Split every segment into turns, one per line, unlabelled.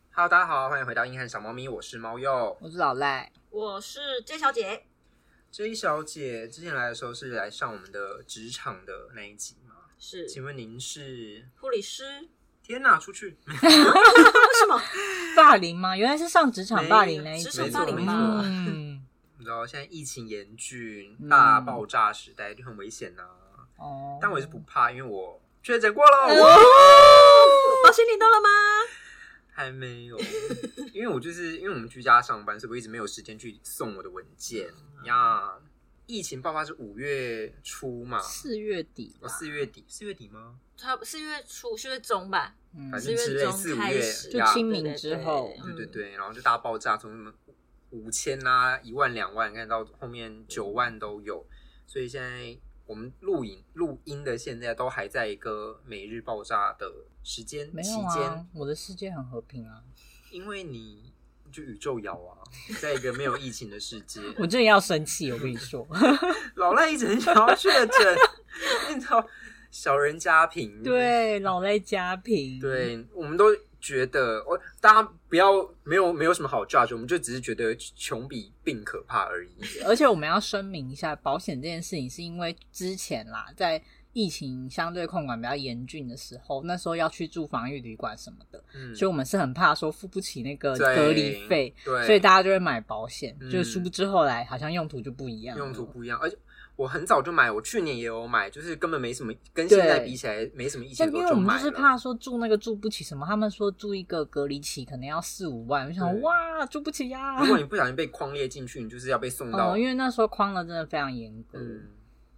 ，欢迎回到硬汉小猫咪，我是猫鼬。
我是老赖，
我是 J 小姐，
J 小姐之前来的时候是来上我们的职场的那一集吗？
是
请问您是？
护理师，
天哪，出去！
为什么？
霸凌吗？原来是上职场霸凌那一
职
集
场霸凌
嘛
吗？
嗯，
你知道现在疫情严峻，
嗯
大爆炸时代就很危险呐、
哦，哎
但我也 是不怕，因为我确诊过了，
嗯
我
保险领到了吗？
还没有，因为我就是因为我们居家上班，所以我一直没有时间去送我的文件呀。疫情爆发是五月初嘛，
四月底
哦
吧，
四月底，四月底吗？
差不四月初、四月中吧，
嗯
反
四
正之
月
类
中
四五
开
月
始，
呀
就清明之后
对对
嗯，
对，然后就大爆炸，从什么五千啊、一万、两万，看到后面九万都有，所以现在我们录影录音的现在都还在一个每日爆炸的时间
没有
期间
啊，，我的世界很和平啊，
因为你就宇宙摇啊，在一个没有疫情的世界，
我真的要生气，我跟 你说，
老赖一直很想要确诊， 你知道小人家贫，
对，老赖家贫，，
对，我们都觉得，我大家不要没有没有什么好 judge，我们就只是觉得穷比病可怕而已。
而且我们要声明一下，保险这件事情是因为之前啦，在疫情相对控管比较严峻的时候，那时候要去住防疫旅馆什么的，
嗯，
所以我们是很怕说付不起那个
对
呃隔离费，
对，
所以大家就会买保险，
嗯
就是殊不知后来好像用途就不一样了，
用途不一样，而且。我很早就买，我去年也有买，就是根本没什么，跟现在比起来没什么疫情
但
的时
因
候
为我们
买
就是
了
怕说住那个住不起什么，他们说住一个隔离期可能要四五万，我就
对
想哇住不起呀、
如果你不小心被框列进去，你就是要被送到
哦，因为那时候框的真的非常严格，
嗯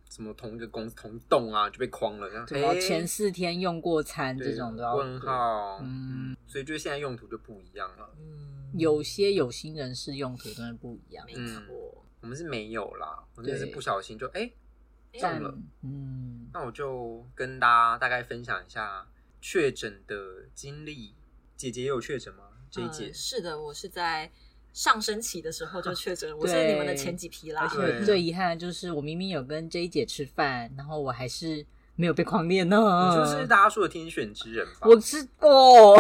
什么同一个公司同一栋啊就被框了，然后
对，然后
哎
前四天用过餐
对
这种都要
问
做
号，
嗯
嗯，所以就现在用途就不一样了。
嗯，
有些有心人士用途真的不一样
没，
嗯
错，
我们是没有啦，我们就是
对
不小心就哎、
但
中了
嗯，
那我就跟大家大概分享一下确诊的经历。姐姐也有确诊吗？这一
呃
届、
是的，我是在上升期的时候就确 诊，我是你们的前几批啦
而。
对
且最遗憾的就是我明明有跟 J 姐吃饭，然后我还是没有被狂恋呢，
你就是大家说的天选之人吧？
嗯我是 哦。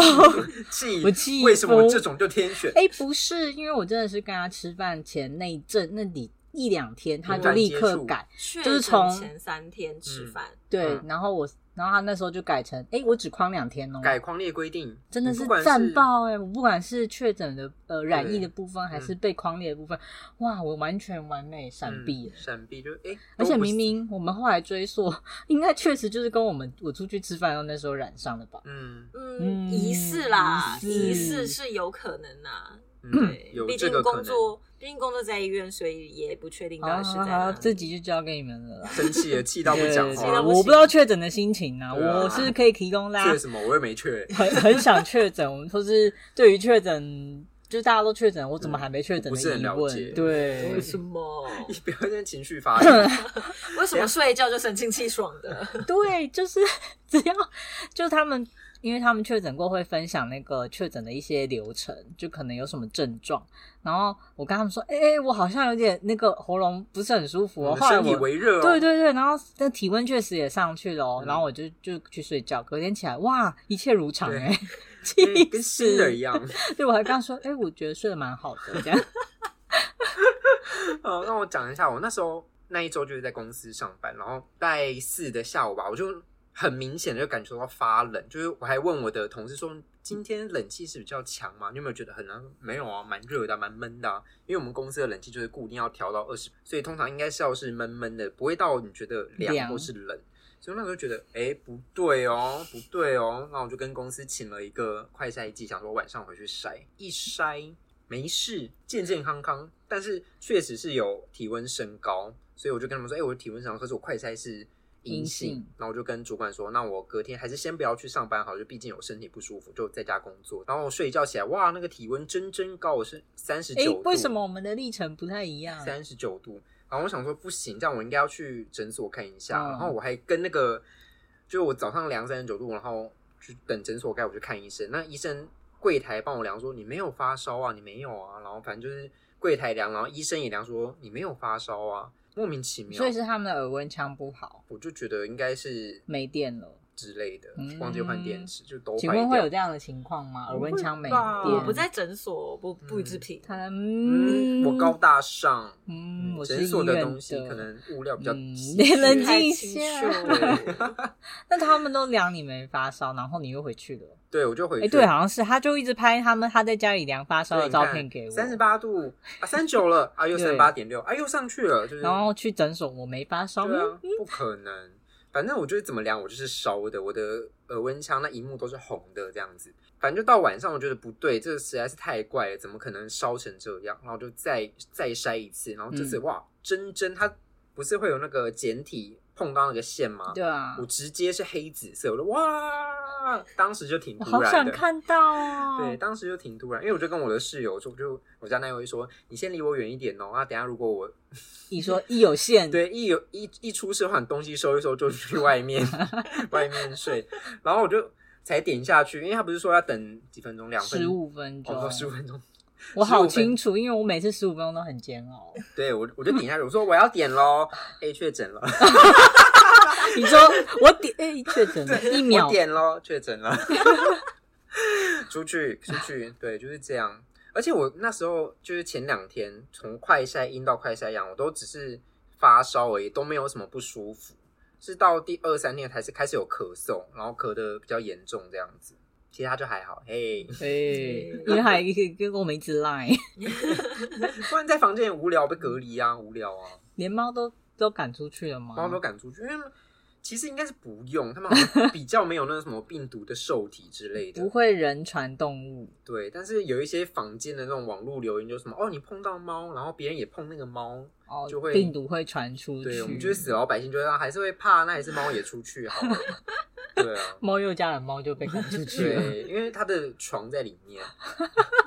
气，
我气
为什么
疯
这种就天选？
哎、不是，因为我真的是跟他吃饭前那一阵那里一两天，他
敏
就
感
立
接
刻
触
改，
确
就是
诊
从
前三天吃饭，
对，
嗯
然后我，然后他那时候就改成，哎、我只框两天哦，
改框列规定，
真的
你
是
不管
战爆哎、我不管是确诊的呃染疫的部分，还
嗯
是被框列的部分，哇，我完全完美闪避
嗯
了。
闪避就哎，
而且
都不是
明明我们后来追溯，应该确实就是跟我们我出去吃饭的时候那时候染上的吧？
嗯
嗯，
嗯
疑似啦，
疑似
疑似是有可能呐。
嗯有
毕
这
竟
个可
工
能，
作，毕竟工作在医院，所以也不确定到底是在哪
好
里。
这集啊就交给你们了啦。
生气了，气到不
对
讲
对
气
话
对，
到不
我
行
不知道确诊的心情啊，
对啊
我是可以提供大家
确什么我又没确，
很很想确诊，我们都是对于确诊，就是大家都确诊，我怎么还没确诊
嗯不是
的
很
疑
了解
问。对
为，什么？
你不要在情绪发泄，
为什么睡一觉就神清气爽的？
对，就是只要就是他们，因为他们确诊过会分享那个确诊的一些流程，就可能有什么症状。然后我跟他们说，哎、哎我好像有点那个喉咙不是很舒服、
我
哦。
们
后来
身体
我，
为热哦，
对对对，然后那体温确实也上去了、哦，
嗯
然后我就就去睡觉，隔天起来，哇，一切如常
对
哎、
跟，
气
跟新人一
死！
样。
对，我还刚说，哎、我觉得睡得蛮好的，这样。
呃，让我讲一下，我那时候那一周就是在公司上班，然后拜四的下午吧，我就很明显的就感受到发冷，就是我还问我的同事说，今天冷气是比较强吗？你有没有觉得很难？没有啊，蛮热的啊、蛮闷的、啊，因为我们公司的冷气就是固定要调到二十，所以通常应该是要是闷闷的，不会到你觉得凉
凉
或是冷。所以那时候觉得，哎、不对哦，不对哦，那我就跟公司请了一个快筛剂，想说晚上回去筛，一筛没事，健健康康，但是确实是有体温升高，所以我就跟他们说，哎、我的体温升高，可是我快筛是阴
阴
性
性，
那我就跟主管说，那我隔天还是先不要去上班好了，就毕竟有身体不舒服，就在家工作。然后我睡一觉起来，哇，那个体温真真高，我是三十
哎、
九度，
为什么我们的历程不太一样？
三十九度。然后我想说不行，这样我应该要去诊所看一下。
嗯
然后我还跟那个，就是我早上量三十九度，然后去等诊所该我去看医生。那医生柜台帮我量说你没有发烧啊，你没有啊。然后反正就是柜台量，然后医生也量说你没有发烧啊，莫名其妙
所。以是他们的耳温枪不好，
我就觉得应该是
没电了。
之类的，
嗯
忘记换电池就都
请
坏
问会有
掉。
这样的情况吗？耳温枪没
吧
电，
我不在诊所，不不予置评。
他
嗯，
嗯，
我高大上，
嗯，
嗯
我是
诊所
医
的
院
东西可能物料比较
嗯
稀
你
缺
冷
太
静一啊
清
下
秀了
那他们都量你没发烧，然后你又回去了。
对，我就回
哎、
去。
对，好像是，他就一直拍他们他在家里量发烧的照片给我，
三十八度啊，三九了啊，又
对
三八点六啊，又上去了，就是
然后去诊所，我没发烧，
对啊
嗯，
不可能。反正我就是怎么量，我就是烧的，我的耳温枪那一幕都是红的这样子。反正就到晚上，我觉得不对，这实在是太怪了，怎么可能烧成这样？然后就再再筛一次，然后这次、
嗯
哇，真真它不是会有那个简体碰到那个线吗？
对啊
我，直接是黑紫色，我说哇，当时就挺
我
突
好
然的。
想看到哦。
对，当时就挺突然，因为我就跟我的室友说，就我家那位说，你先离我远一点哦。啊，等一下如果我
你说一有限，
对一有一一出事的话，你东西收一收就去外 面外面睡。然后我就才点下去，因为他不是说要等几分钟，两分
十五分钟，
哦，十五分钟。
我
15
好
分
清楚，因为我每次十五分钟都很煎熬。
对我我就点下去，我说我要点喽，A 确诊了，
你说我点哎确诊了一秒
我，点喽，确诊 了，出去出去，对，就是这样。而且我那时候就是前两天从快筛阴到快筛阳，我都只是发烧而已，都没有什么不舒服。是到第二三天才是开始有咳嗽，然后咳的比较严重这样子，其他就还好。嘿，
哎，你还跟我们一直 line，
不然在房间也无聊，被隔离啊，无聊啊，
连猫都都赶出去了吗？
然后都赶出去，因为其实应该是不用，他们好像比较没有那个什么病毒的受体之类的，
不会人传动物，
对，但是有一些坊间的那种网络留言，就什么哦，你碰到猫，然后别人也碰那个猫，
哦，
就会
病毒会传出去。
对，我们就是死老百姓，就让还是会怕，那还是猫也出去好了。对啊，
猫又家的猫就被赶出去了。
对，因为他的床在里面，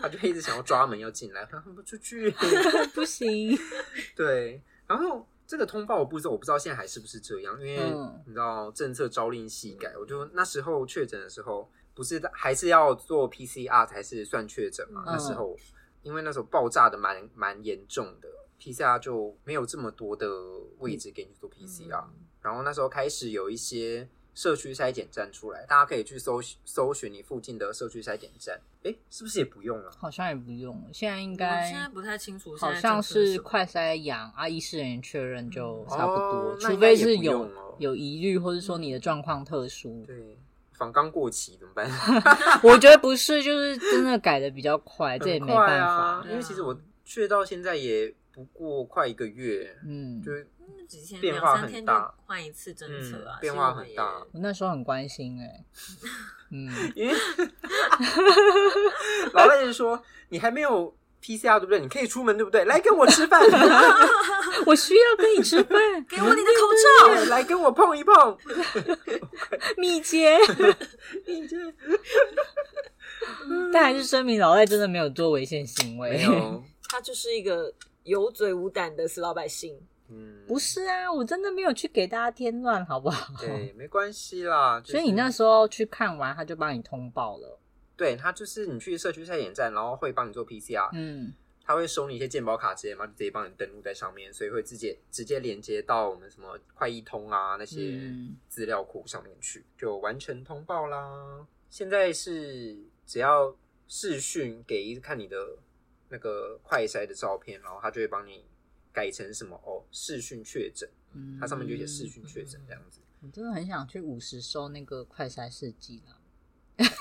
他就一直想要抓门要进来，他不出去。
不行，
对，然后这个通报的步骤，我不知道现在还是不是这样，因为
嗯
你知道政策朝令夕改，我就那时候确诊的时候，不是还是要做 PCR 才是算确诊嘛？
嗯
那时候因为那时候爆炸的蛮蛮严重的，PCR 就没有这么多的位置给你
嗯
做 PCR，、然后那时候开始有一些。社区筛检站出来，大家可以去搜搜寻你附近的社区筛检站。诶，是不是也不用了、
好像也不用，现在应
我
该
现在不太清楚，
好像是快筛阳啊，医师人员确认就差不多，
哦那
除
应该
非
也
是
不
有
用哦
有疑虑，或者说你的状况特殊。
对，防刚过期怎么办？
我觉得不是，就是真的改的比较快，这也
很
没
快
办
啊
法。
因为其实我去到现在也不过快一个月，
嗯，
就是
嗯几天
变
两
化
三
很
天就
大
换一次政策啊
嗯，变化很大
我那时候很关心哎、 嗯，
因为老赖就说你还没有 PCR 对不对？你可以出门对不对？来跟我吃饭，
我需要跟你吃饭，
所以哦 我也给我你的口罩，
来跟我碰一碰。
密 接。 但还是声明，老赖真的没有做违宪行
没
为。
有，
他就是一个有嘴无胆的死老百姓。
嗯，
不是啊，我真的没有去给大家添乱，好不好？
对，没关系啦。就是
所以你那时候去看完，他就帮你通报了。
对他就是你去社区筛检站，然后会帮你做 PCR，、
嗯，
他会收你一些健保卡之类嘛，就直接帮你登录在上面，所以会直接直接连接到我们什么快易通啊那些
嗯
资料库上面去，就完成通报啦。现在是只要视讯给一看你的那个快筛的照片，然后他就会帮你改成什么哦，视讯确诊，
嗯
它上面就写视讯确诊这样子。
我真的很想去五十收那个快筛试剂了。！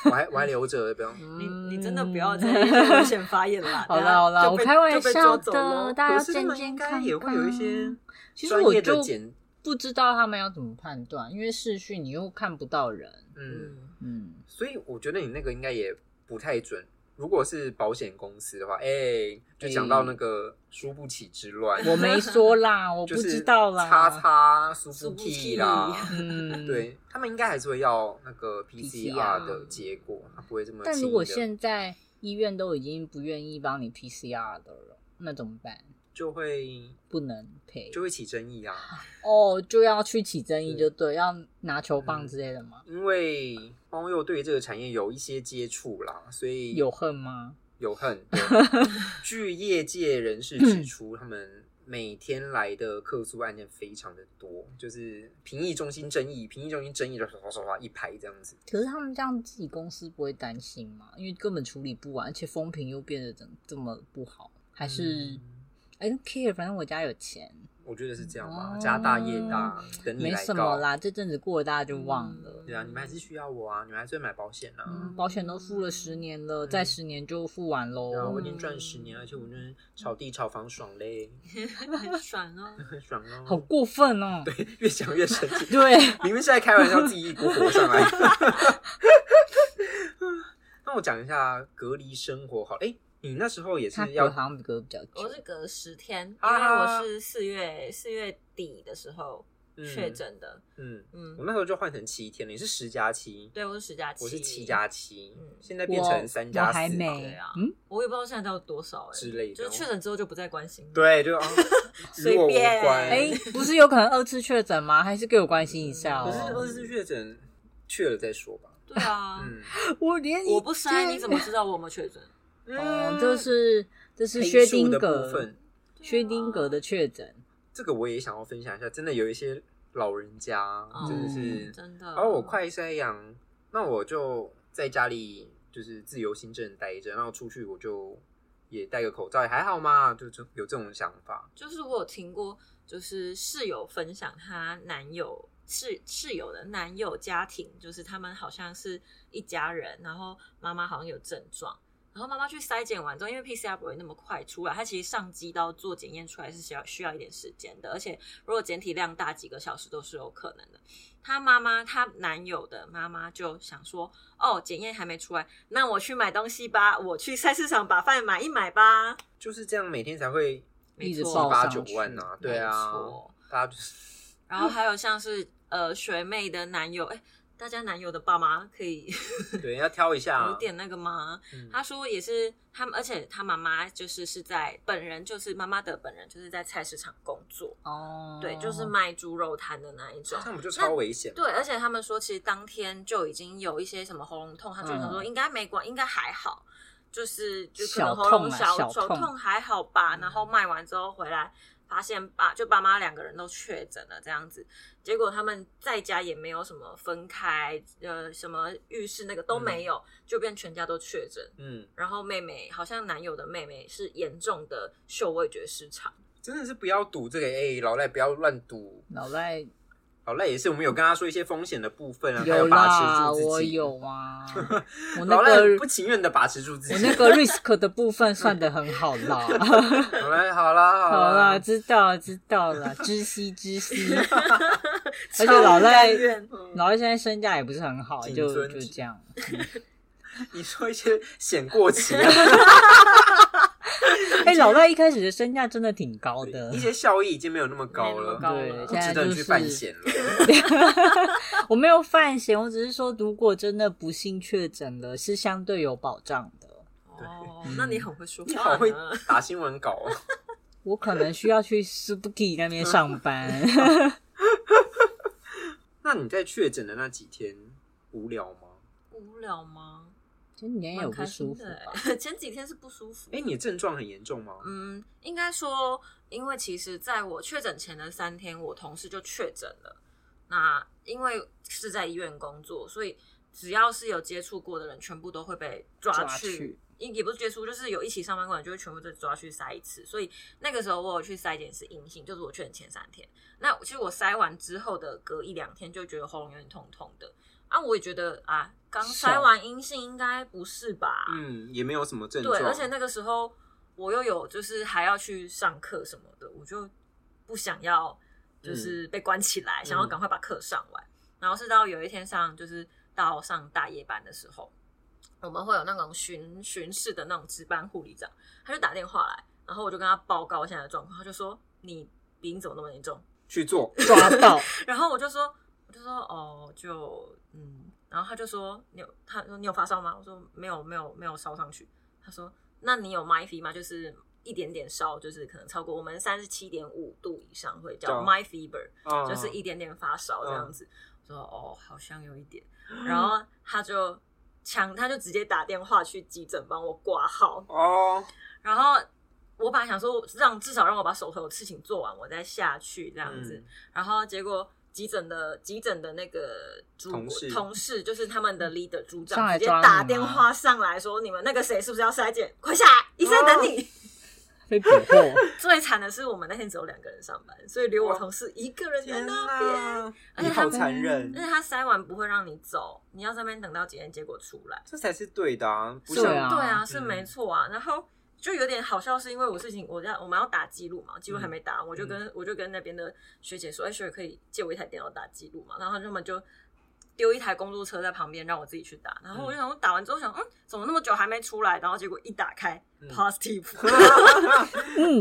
我还我还留着，不用。
你你真的不要再一些危险发言啦
嗯 好
等
啦
下
好啦，
就
我
被
开玩
就被
笑
抓走
的，
咯
大家要
可是他
健
们
健
应
康
该
康。
也会有一些
其实
专
我
业的
就
检，
不知道他们要怎么判断，因为视讯你又看不到人。
嗯。
嗯，
嗯，
所以我觉得你那个应该也不太准。如果是保险公司的话，哎、就讲到那个输不起之乱，
嗯我没说啦，我
就
不
是
知道啦。
叉叉输
输
不
不
起
起
啦，
嗯，。
对他们应该还是会要那个
PCR
PCR 的结果，他不会这么轻易的。
但如果现在医院都已经不愿意帮你 PCR 的了，那怎么办？
就会
不能赔
就会起争议啊，
哦，就要去起争议，就对，要拿球
嗯
棒之类的吗？
因为猫又对这个产业有一些接触啦，所以
有恨吗？
有恨。对据业界人士指出，他们每天来的客诉案件非常的多，就是评议中心争议，评议中心争议的唰唰唰唰一排这样子。
可是他们这样自己公司不会担心吗？因为根本处理不完，而且风评又变得怎这么不好，还是、I
嗯
don't care，反正我家有钱，
我觉得是这样吧，
哦
家大业大，等你
没
来
什么
告。
啦，这阵子过了大家就忘了。
对啊，你们还是需要我啊，你们还是会买保险啊。
嗯保险都付了十年了，
嗯
再十年就付完喽。
然后我已
嗯
经赚十年，而且我们炒地炒房爽嘞，
很爽哦。
很爽哦。
好过分哦！对，
越想越生 气。明明是在开玩笑，自己一股火上来。 那我讲一下隔离生活好了，哎、你那时候也
他
是
隔
要
好像隔比较
我
久，
是隔十天，因为
啊
我是四月四月底的时候确诊的。
嗯，嗯，我
嗯，
那时候就换成七天了，你是十加七，
对，我是十加七，
我是七加七
嗯，
现在变成三加
我还
四
没
啊，
嗯，
我也不知道现在到底多少哎、
之类的，
就是确诊之后就不再关心。，
对，就啊
随
与我无
便
关
哎，不是有可能二次确诊吗？还是给我关心一下
嗯可是二
哦。
次确诊去了再说吧。
对啊，
嗯，
我连一
我不筛，
件
你怎么知道我有没有确诊？
哦，这是这是
啊黑
薛
嗯数
丁
的部
格
分，，
薛丁格的确诊，
这个我也想要分享一下，真的有一些老人家
哦
真的是
嗯
真的。
然后我快筛阳，那我就在家里就是自由新政待着，然后出去我就也戴个口罩，也还好嘛，就就有这种想法。
就是我有听过，就是室友分享她男友室室友的男友家庭，就是他们好像是一家人，然后妈妈好像有症状，然后妈妈去筛检完之后，因为 PCR 不会那么快出来，它其实上机到做检验出来是需要需要一点时间的，而且如果检体量大，几个小时都是有可能的。她妈妈，她男友的妈妈就想说，哦，检验还没出来，那我去买东西吧，我去菜市场把饭买一买吧。
就是这样，每天才会
没
一直
错
爆
八
上
九
去
万啊，对啊
没错，
大家就是
然后还有像是呃学妹的男友，哎，大家男友的爸妈 可以
对要挑一下，啊
有点那个吗？
嗯
他说也是他们，而且他妈妈就是是在本人就是妈妈的本人就是在菜市场工作，
啊
哦，
对，就是卖猪肉摊的那一种
这。样不就超危险？
对，而且他们说，其实当天就已经有一些什么喉咙痛，他就想说
嗯
应该没关，应该还好，就是就可
小
能喉
痛
咙
啊
小
小
手
痛嗯
痛还好吧。然后卖完之后回来，发现爸就爸妈两个人都确诊了这样子，结果他们在家也没有什么分开，呃，什么浴室那个都
嗯
没有，就变全家都确诊。
嗯，
然后妹妹好像男友的妹妹是严重的嗅味觉失常，
真的是不要赌这个，哎、老赖不要乱赌。
老赖
老赖也是，我们有跟他说一些风险的部分啊，他
有
把
啦，
持住自己。
我有 啊，我那
老赖
个
不情愿的把持住自己。
我那个 risk 的部分算得很好啦，
好啦好啦
好啦，
啦，
知道知道了，知悉知悉。而且老赖
超远
老赖现在身价也不是很好，
谨
就
遵
就这样。
你说一些显 过期啊。
哎，老赖一开始的身价真的挺高的
一，些效益已经没有那么高
没那
了，
么高
对，
不值
现在
得
就
你去犯
是
险了。
我没有犯险，我只是说如果真的不幸确诊了，是相对有保障的。
哦，那
嗯
你很会说
你
话
好会
呢。
打新闻稿哦，
我可能需要去 Suzuki 那边上班。
那你在确诊的那几天无聊吗？
无聊吗？
前几天有
蛮
不
开
舒
心
服
的
吧？
欸。 前几天是不舒服。
哎、你的症状很严重吗？
嗯，应该说，因为其实在我确诊前的三天，我同事就确诊了。那因为是在医院工作，所以只要是有接触过的人，全部都会被抓
抓
去。
去
也也不是接触，就是有一起上班过的人，就会全部都抓去筛一次。所以那个时候我有去筛检是阴性，就是我确诊前三天。那其实我筛完之后的隔一两天，就觉得喉咙有点痛痛的。啊，我也觉得啊，刚筛
少
完阴性应该不是吧？
嗯，也没有什么症状。
对，而且那个时候我又有就是还要去上课什么的，我就不想要就是被关起来，
嗯
想要赶快把课上完。然后是到有一天上就是到上大夜班的时候，我们会有那种巡巡视的那种值班护理长，他就打电话来，然后我就跟他报告现在的状况，他就说你鼻音怎么那么严重？
去做，
抓到，
然后我就说，我就说哦，就嗯，然后他就说你有，他说你有发烧吗？我说没有，没有，没有烧上去。他说那你有 my fever 吗？就是一点点烧，就是可能超过我们三十七点五度以上会叫
叫
my fever，
啊
就是一点点发烧这样
嗯
子。我说哦，好像有一点。然后他就抢，他就直接打电话去急诊帮我挂号。
哦，
然后我本来想说让至少让我把手头的事情做完，我再下去这
这
样子。然后结果急诊的急诊的那个主
同事
同事就是他们的 leader 组
嗯上
长
来
直接
抓你
打
吗哦
电话上来说：“你们那个谁是不是要筛检？快下来，医生在等你。
被捕获。
最惨的是我们那天只有两个人上班，所以留我同事一个人在
天
那边。
哪，
而
你
且他
好
嗯
残忍
但，是他筛完不会让你走，你要在那边等到检验结果出来。
这才是对的啊！不
对
像
啊
对啊，是没错啊。然后就有点好笑，是因为我事情我在我们要打记录嘛，记录还没打，我就跟我就跟那边的学姐说，哎、学姐可以借我一台电脑打记录嘛？然后他们就丢一台工作车在旁边让我自己去打。然后我就想，我打完之后想，嗯，怎么那么久还没出来？然后结果一打开、
嗯
p o s i t i v e
嗯，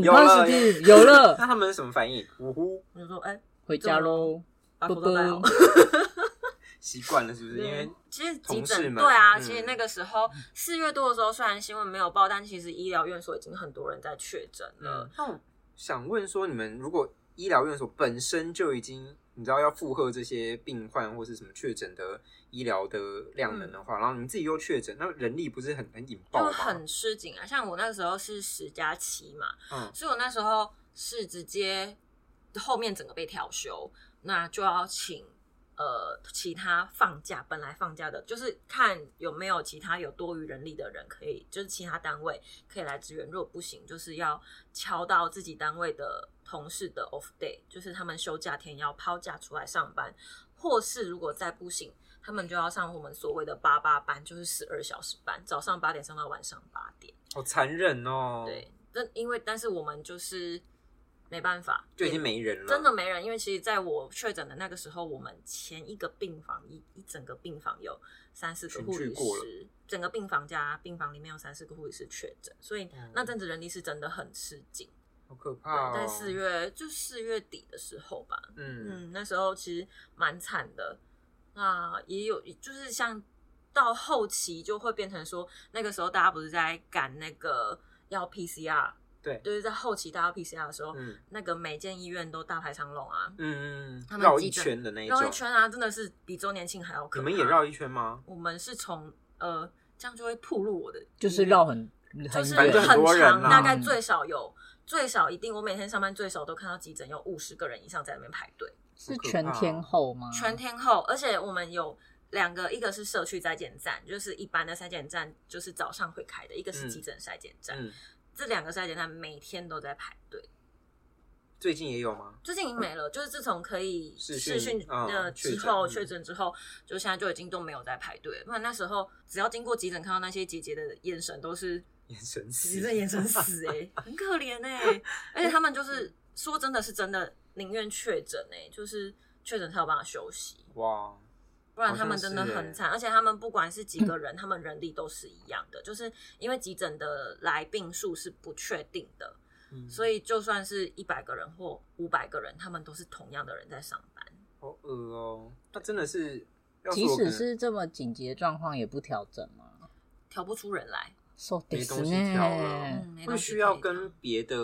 有了
positive，有了，
那他们是什么反应？呜呼，
我就说，哎、
回家喽，
把
啵
口罩戴好
啵。。
习惯了是不是？因为
对，其实急
同事
诊
们
对啊，
嗯
其实那个时候四月多的时候，虽然新闻没有报，但其实医疗院所已经很多人在确诊了。
嗯，那我想问说，你们如果医疗院所本身就已经你知道要负荷这些病患或是什么确诊的医疗的量能的话，然后你们自己又确诊，那人力不是很很引爆
就
吗？
很吃紧啊。像我那个时候是十加七嘛，
嗯，
所以我那时候是直接呃后面整个被调休，那就要请呃其他放假，本来放假的，就是看有没有其他有多余人力的人可以，就是其他单位可以来支援。如果不行，就是要敲到自己单位的同事的 off day，就是他们休假天要抛假出来上班，或是如果再不行。他们就要上我们所谓的八八班，就是十二小时班，早上八点上到晚上八点。
好残忍哦，，
对，但因为但是我们就是没办法，
就已经
也
没人了，
真的没人，因为其实在我确诊的那个时候，我们前一个病房一一整个病房有三四个
群
护
聚
理
过了
师，整个病房加病房里面有三四个护理师确诊，所以
嗯
那阵子人力是真的很吃紧。
好可
对
怕、哦。
在四，月就四月底的时候吧，
嗯，
嗯，那时候其实蛮惨的。那也有，就是像到后期就会变成说，那个时候大家不是在赶那个要 PCR，
对，
就是在后期大家要 PCR 的时候，
嗯
那个每间医院都大排长龙啊，
嗯
他
嗯，
们
绕
急
一
诊
圈的那一种
绕，一圈啊，真的是比周年庆还要可
你
怕。
们也？绕一圈吗？
我们是从呃，这样就会暴露我的，
就是绕。很
嗯就
很
是
反
远
正很多人啊嗯
长，
啦
大概最少有最少一定，我每天上班最少都看到急诊有五十个人以上在那边排队。
是全
哦
天候吗？
全天候，而且我们有两个，一个是社区筛检站，就是一般的筛检站，就是早上会开的；一个是急诊筛检站。
嗯，
这两个筛检站每天都在排队，
最近也有吗？
最近已经没了。就是自从可以
视讯
视讯
嗯
呃
确诊
之后
嗯
确诊之后，就现在就已经都没有在排队了。不然那时候只要经过急诊，看到那些姐姐的眼神都是
眼神 死，
急诊眼神死哎、很可怜哎、而且他们就是说真的是真的宁愿确诊哎，就是确诊才有办法休息。
哇，
不然他们真的
好像
很
是欸
惨，而且他们不管是几个人，他们人力都是一样的，就是因为急诊的来病数是不确定的，所
以
以就算是一百个人或五百个人，他们都是同样的人在上班。
好恶哦，那真的是，要
即
我可
使
能
是这么紧急的状况，也不调整吗？
调不出人来，
受
没东西调了
嗯没，
会
东西
需要
可以调
跟别的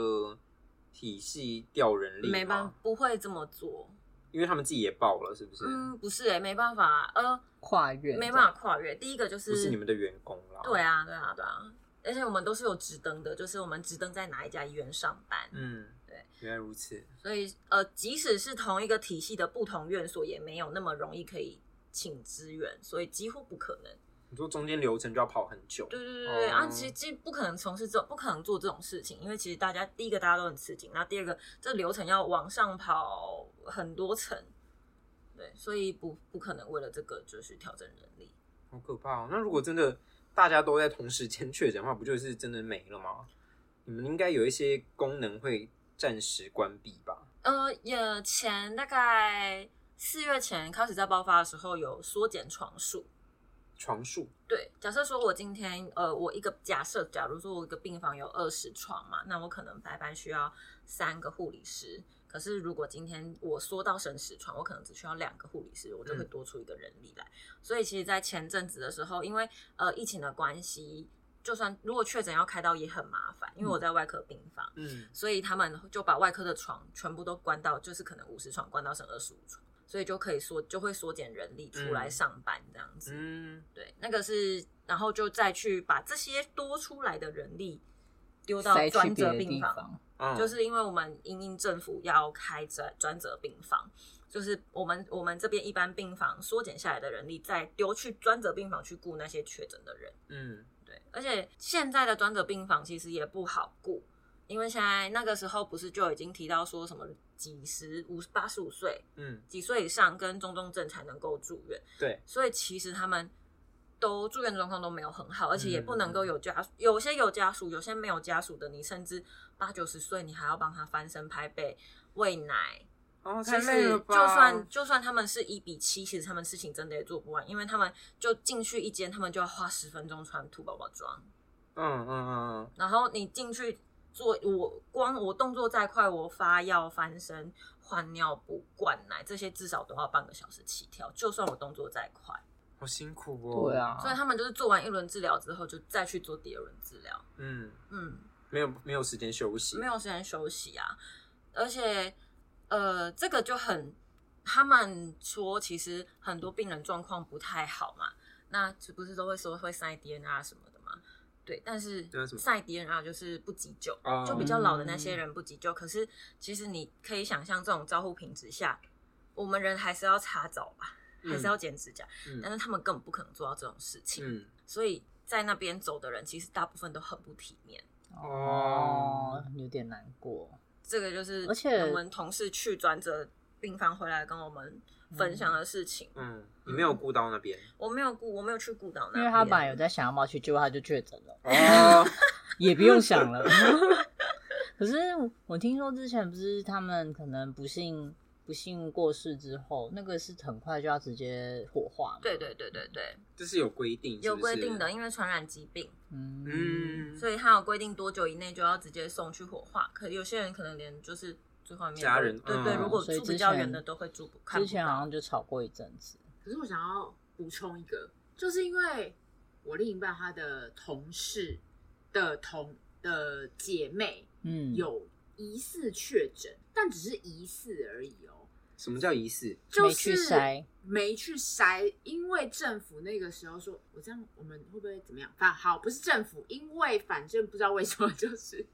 体系调人力吗，
没办不会这么做。
因为他们自己也爆了，是不是？
嗯，不是哎、没办法，呃，
跨越，
没办法跨越。第一个就是
不是你们的员工啦，
对，啊，对啊，对啊，而且我们都是有职登的，就是我们职登在哪一家医院上班，
嗯，
对，
原来如此，
所以呃，即使是同一个体系的不同院所，也没有那么容易可以请支援，所以几乎不可能。
你说中间流程就要跑很久，
对对对对、
哦
啊，其实其实不可能从事这种，不可能做这种事情，因为其实大家第一个大家都很吃紧，那第二个这流程要往上跑很多层，对，所以不不可能为了这个就去调整人力。
好可怕哦。那如果真的大家都在同时间确诊的话，不就是真的没了吗？你们应该有一些功能会暂时关闭吧？
呃，也前大概四月前开始在爆发的时候有缩减床数，
床数，
对，假设说我今天呃，我一个假设，假如说我一个病房有二十床嘛，那我可能白班需要三个护理师。可是如果今天我缩到剩十床，我可能只需要两个护理师，我就会
嗯
多出一个人力来。所以其实，在前阵子的时候，因为呃疫情的关系，就算如果确诊要开刀也很麻烦，因为我在外科病房，
嗯，
所以他们就把外科的床全部都关到，就是可能五十床关到剩二十五床，所以就可以缩就会缩减人力出来
嗯
上班这样子。
嗯，
对，那个是，然后就再去把这些多出来的人力丢到
塞去
专
别
责
的
病
地
房。
方。
嗯，
就是因为我们因应政府要开专专责病房，就是我们我们这边一般病房缩减下来的人力，再丢去专责病房去顾那些确诊的人。
嗯，
对，而且现在的专责病房其实也不好顾，因为现在那个时候不是就已经提到说什么几十五八十五岁
嗯，
几岁以上跟中重症才能够住院，
对，
所以其实他们都住院状况都没有很好，而且也不能够
嗯
有家，有些有家属，有些没有家属的，你甚至八九十岁，你还要帮他翻身拍背、喂奶。
哦，
其
太累
实
了
就
吧？
算就算他们是一比七，其实他们事情真的也做不完，因为他们就进去一间，他们就要花十分钟穿兔宝宝装，
嗯，嗯嗯
然后你进去做，我光我动作再快，我发药、翻身、换尿布、灌奶这些至少都要半个小时起跳，就算我动作再快。
嗯，好辛苦哦。
对，啊，
所以他们就是做完一轮治疗之后，就再去做第二轮治疗。
嗯，
嗯，
没有没有时间休息，
没，有时间休息啊，而且呃，这个就很，他们说其实很多病人状况不太好嘛，那这不是都会说会塞 DNR 什么的嘛？对，但是
那是什么
塞 DNR 就是不急救，
哦
就比较老的那些人不急救。可是其实你可以想象，这种照护品质下，我们人还是要擦澡吧，还是要剪指甲，
嗯
但是他们根本不可能做到这种事情。
嗯，
所以在那边走的人，其实大部分都很不体面。
哦，有点难过。
这个就是，
而且
我们同事去专责病房回来跟我们分享的事情。
嗯，你没有顾到那边
我没有顾，我没有去顾到那边，
因为他本来有在想要冒去，结果他就确诊了，
哦，
也不用想了。 可是我听说之前不是他们可能不幸不幸过世之后，那个是很快就要直接火化嘛？
对对对对对，
这是有规定，是
有
不是
规定的，，因为传染疾病，
嗯，
嗯，
所以他有规定多久以内就要直接送去火化。可有些人可能连就是最后面
家人
对对，
嗯
如果
啊所以
住
之
比较
前
远的都会住不看
之
不
前好
到
像就吵过一阵子。
可是我想要补充一个，就是因为我另一半他的同事的同的姐妹
嗯，
有疑似确诊，但只是疑似而已哦，
什么叫仪式？
就
没去
是
筛
没去筛，因为政府那个时候说，我这样我们会不会怎么样？反好不是政府，因为反正不知道为什么就是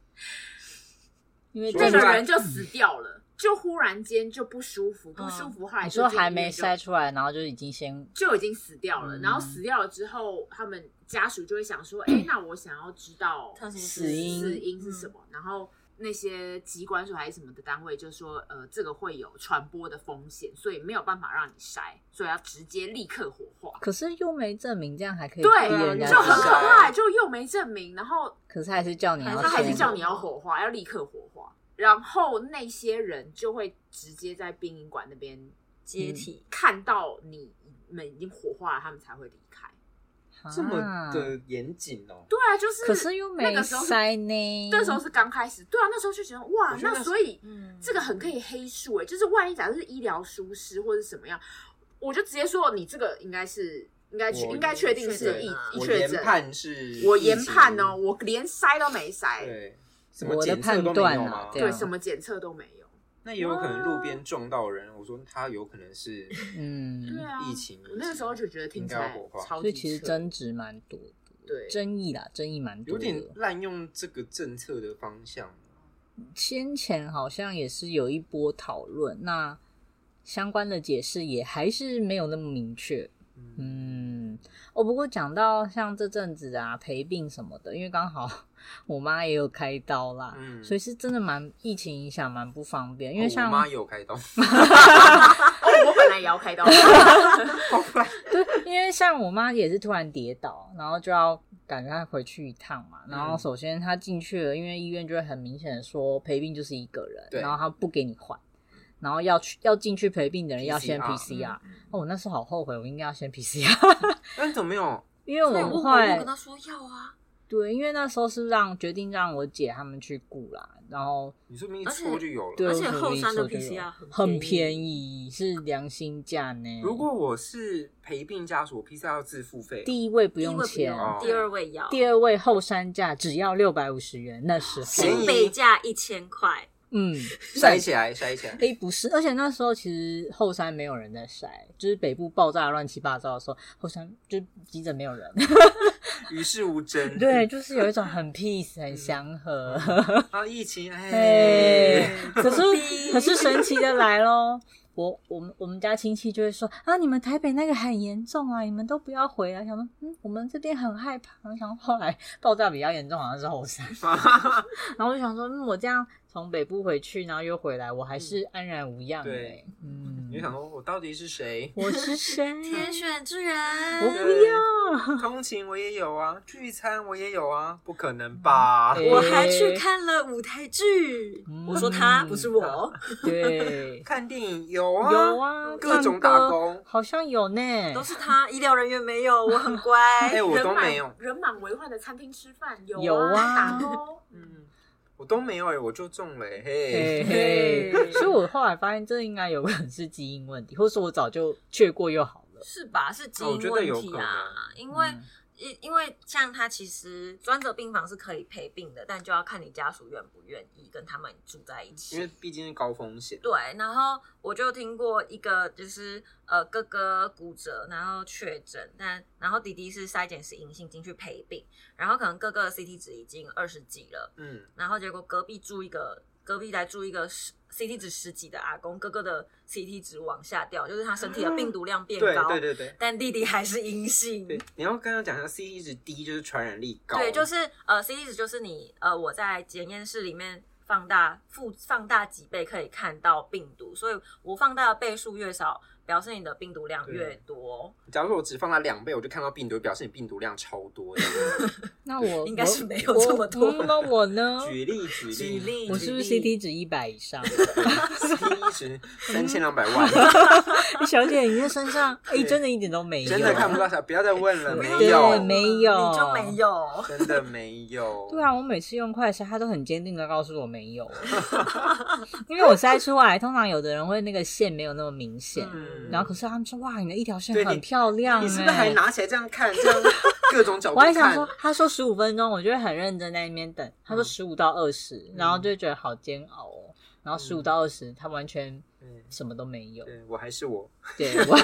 因为
说
这
出
个
来
人就死掉了，就忽然间就不舒服，不舒服，后
嗯
来
你
就
说
进医院
还没
就
筛出来，然后就已经先
就已经死掉了。
嗯
然后死掉了之后，他们家属就会想说：“哎、那我想要知道
他什么
死因嗯
死因是什么？”然后那些机关署还是什么的单位就说：“呃，这个会有传播的风险，所以没有办法让你筛，所以要直接立刻火化。”
可是又没证明，这样还可以逼人
对，
家
啊就很
去
可
筛
怕，就又没证明，然后
可是还是叫你要
还
先，
他还是
先
叫你要火化，要立刻火化。然后那些人就会直接在殡仪馆那边
阶
嗯
梯。
看到你们已经火化了，他们才会离开。
这么
啊
的严谨哦，
对啊，就是
可是又没
那个时候是
塞呢。
那时候是刚开始，对啊，那时候就觉得哇
我，觉得那
那
是
所以
嗯
这个很可以黑数哎、就是万一假设是医疗疏失或者什么样，我就直接说你这个应该是应该确
我
应该确定
确
是
诊
疫
啊
疫
我
确
研
诊，
判是，
我研判哦，，我连筛都没筛，
对，什么
我的
检测都
判
没
断
有
啊
吗？
对啊
对，什么检测都没有，
那也有可能路边撞到人，我说他有可能是
对
嗯，
啊，
疫情
我那个时候就觉得听起
应该
来
要火化
超
所
级
以其实
扯
争执蛮多的，
对
争议啦，争议蛮
有
多
点
的。
滥用这个政策的方向。
先前好像也是有一波讨论，那相关的解释也还是没有那么明确。
嗯
嗯，哦，不过讲到像这阵子啊陪病什么的，因为刚好 我妈也有开刀啦，
嗯
所以是真的蛮疫情影响蛮不方便，因
哦
为
我
像、
妈也有开刀，
哦，我本来也要开刀，
对，因为像我妈也是突然跌倒，然后就要赶快回去一趟嘛。然后
嗯
首先她进去了，因为医院就会很明显的说陪病就是一个人，
对
然后她不给你换，然后要去要进去陪病的人要先
PCR
PCR。哦，
嗯
我那时候好后悔，我应该要先 PCR，
但怎么没有？
因为我
所以
们
我我
会
跟他说要啊，
对，因为那时候是让决定让我姐他们去顾啦，然后
你说明一
而且
戳就有
对，
了。
而且
我
后山的
所以就
PCR 很
很
便
便宜，是良心价呢。
如果我是陪病家属，我 PCR 要自付费。
第一位不
第一
用
位不
钱，
用，
哦
第二位要，
第二位后山价只要六百五十元，那时候
便宜
北价一千块，
嗯，
筛起来，筛起来。
哎、不是，而且那时候其实后山没有人在筛，就是北部爆炸乱七八糟的时候，后山就急着没有人。
与世无争。
对，，就是有一种很 peace、很
嗯
祥和。
啊，疫情，
对
哎，，
可是可是神奇的来喽。我我们我们家亲戚就会说啊，你们台北那个很严重啊，你们都不要回来。想说，嗯，我们这边很害怕。然后想后来爆炸比较严重，好像是后山。 然后我就想说，嗯，我这样从北部回去，然后又回来，我还是安然无恙、欸。
对，
嗯，
你就想说，我到底是谁？
我是谁？
天选之
我
人，
不要。
通勤我也有啊，聚餐我也有啊，不可能吧？
嗯
我还去看了舞台剧。
嗯
我说他不是我，
对，
看电影有啊，
有啊，
各种
唱歌
打工
好像有呢，
都是他。医疗人员没有，我很乖。
嗯 哎，我 都
人满
没有，
人满为患的餐厅吃饭，有
有啊
打哦勾，
嗯，我都没有哎，我就中了哎嘿。
嘿嘿
对
所以我后来发现，这应该有可能是基因问题，或是我早就却过又好了。
是吧？是基
哦我觉
因
得
问
有
题
可
啊，因为
嗯
因因为像他其实专责病房是可以陪病的，但就要看你家属愿不愿意跟他们住在一
因为
起。
毕竟是高风险，
对，然后我就听过一个，就是呃哥哥骨折，然后确诊，但然后弟弟是筛检是阴性进去陪病，然后可能哥哥的 CT 值已经二十几了，
嗯，
然后结果隔壁住一个隔壁来住一个十 CT 值十几的阿公，哥哥的 CT 值往下掉，就是他身体的病毒量变
对
高，
对对对
但弟弟还是阴性。
对，你要跟他讲一下，CT 值低就是传染力高，
对，就是呃，CT 值就是你呃，我在检验室里面放大负放大几倍可以看到病毒，所以我放大的倍数越少，表示你的病毒量越多。
假如说我只放它两倍，我就看到病毒，表示你病毒量超多 的。
那我
应该是没有
我
这么多
嗯那我呢？
举例举例，
举例，
我是不是
举例
CT 值一百以上？
CT 值三千两百万，
小姐，你这身上哎，
对
真的一点都没有，
真的看不到啥，不要再问了，
对
没
对
有，
没有
你就没有。
真的没有。
对，啊，我每次用快筛，他都很坚定的告诉我没 有，因为我筛出来，通常有的人会那个线没有那么明显，
嗯
然后可是他们说哇，你的一条线
对
很
你
漂亮、欸，
你是不是还拿起来这样看，这 样各种角度
我还想
看？
说，他说十五分钟，我就会很认真在那边等。他说
嗯
十五到二十、然后就会觉得好煎熬哦。然后十五
嗯
到二十，他完全
对
什么都没有。
嗯对我还是我，
对 我，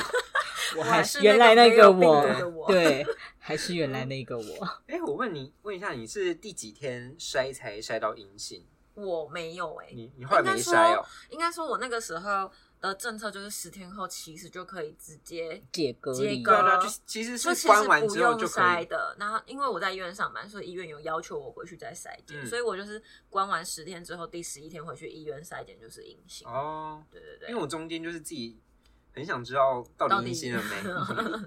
我还
还
是
是
原来
那
那
个
个
没有
我
病毒的，我嗯
对，还是原来那个我。
哎，我问你，问一下，你是第几天筛才筛到阴性？
我没有哎、
你你后来没筛哦？
应该说我那个时候的政策就是十天后其实就可以直接
解隔
解
离，
对啊，
隔
对啊，就其实
就是其实
关完
不
之后
用
就可
筛
以。
的，然后因为我在医院上班，所以医院有要求我回去再筛检，
嗯
所以我就是关完十天之后，第十一天回去医院筛检就是阴性。
哦，
对对嗯
因为
对，
我中间就是自己很想知道到
到
底
底
阴性了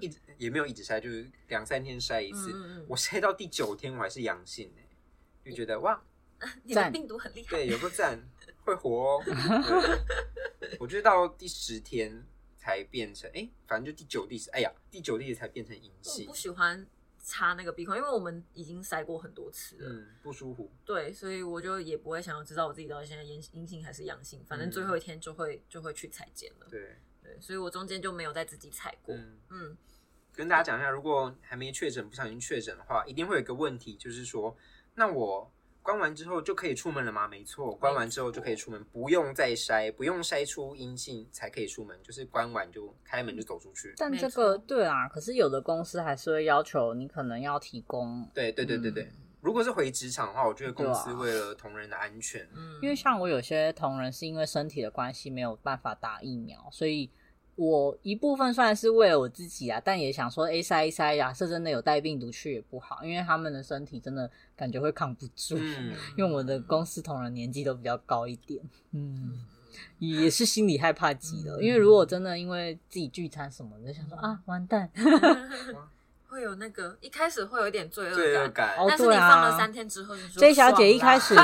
没，一直也没有一直筛，就是两三天筛一次。
嗯嗯
我筛到第九天我还是阳性哎、就觉得哇，
嗯，你的
赞
病毒很厉害，
对，有个赞，会活哦。对我就是到第十天才变成，哎、反正就第九、第十，哎呀，第九、第十才变成阴
我
性
不，喜欢插那个鼻孔，因为我们已经筛过很多次了，
嗯，不舒服。
对，所以我就也不会想要知道我自己到底现在阴阴性还是阳性，反正
嗯
最后一天就会就会去裁剪了，
对，
对，所以我中间就没有再自己采过，
嗯，
嗯，
跟大家讲一下，如果还没确诊，不小心确诊的话，一定会有一个问题，就是说，那我。关完之后就可以出门了吗？没错，关完之后就可以出门，不用再筛，不用筛出阴性才可以出门，就是关完就开门就走出去。
但
没
这个
错
对啊，可是有的公司还是会要求你可能要提供，
对对对对对，
嗯
如果是回职场的话，我觉得公司
对啊
为了同仁的安全，
嗯
因为像我有些同仁是因为身体的关系没有办法打疫苗，所以我一部分算是为了我自己啊，但也想说，哎，塞一塞，假设真的有带病毒去也不好，因为他们的身体真的感觉会扛不住。
嗯，
因为我的公司同仁年纪都比较高一点，嗯，也是心里害怕极了。
嗯
因为如果真的因为自己聚餐什么的，就想说啊，完蛋，
会有那个一开始会有一点 罪
嗯罪恶
恶感，
感
哦。
但是
对
你
啊
放了三天之后就说啊
J 啊小姐一开始，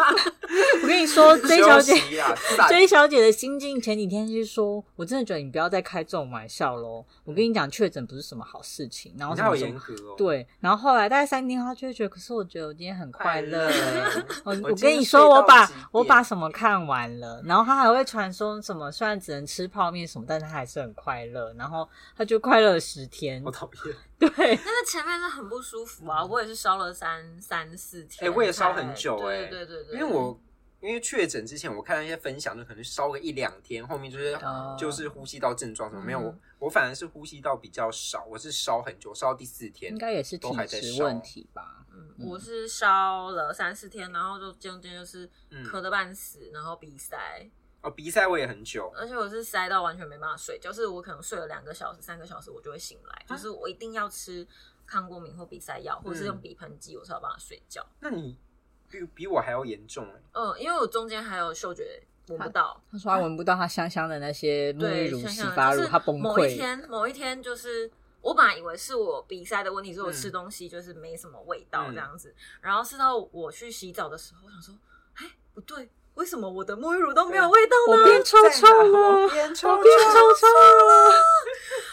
我跟你说，J 小姐
休息啊 散
J 小姐的心境前几天就是说，我真的觉得你不要再开这种玩笑喽。我跟你讲，确诊不是什么好事情，然后
你
什
好
么什
严
么。
格哦。，
对，然后后来大概三天，她就会觉得，可是我觉得我今天很快 乐。哦我我
今
跟
天
你说，
睡
我
到
把
几点
我把什么看完了，然后她还会传说什么，虽然只能吃泡面什么，但她还是很快乐。然后她就快乐了十天
好，讨厌。
对，
那个前面是很不舒服啊，我也是烧了三三四天，
哎我也烧很久
哎、
哎
对对对对，
因为我因为确诊之前我看到一些分享，就可能烧个一两天，后面就是
哦
就是呼吸道症状什么没有，我
嗯
我反而是呼吸道比较少，我是烧很久，烧到第四天，
呃应该也是体
都还在
质
烧
问题吧？
嗯，
嗯
我是烧了三四天，然后就中间就是
嗯
咳得半死，然后鼻塞，
哦，鼻塞我也很久，
而且我是塞到完全没办法睡，就是我可能睡了两个小时、三个小时，我就会醒
啊
来，就是我一定要吃抗过敏或鼻塞药，或者是
嗯
用鼻喷剂，我才有办法睡觉。
那你比比我还要严重哎、
嗯，因为我中间还有嗅觉闻不到，
他说他闻不到他香香的那些沐浴
对，
乳、
想
洗
想
发
就
乳，
是
他崩
某一
溃。
天，某一天就是我本来以为是我鼻塞的问题，是我
嗯
吃东西就是没什么味道
嗯
这样子。然后是到我去洗澡的时候，我想说，哎，不对，为什么我的沐浴乳都没有
对
味道
我
呢？
变臭臭哦了，
边抽
我变臭臭了。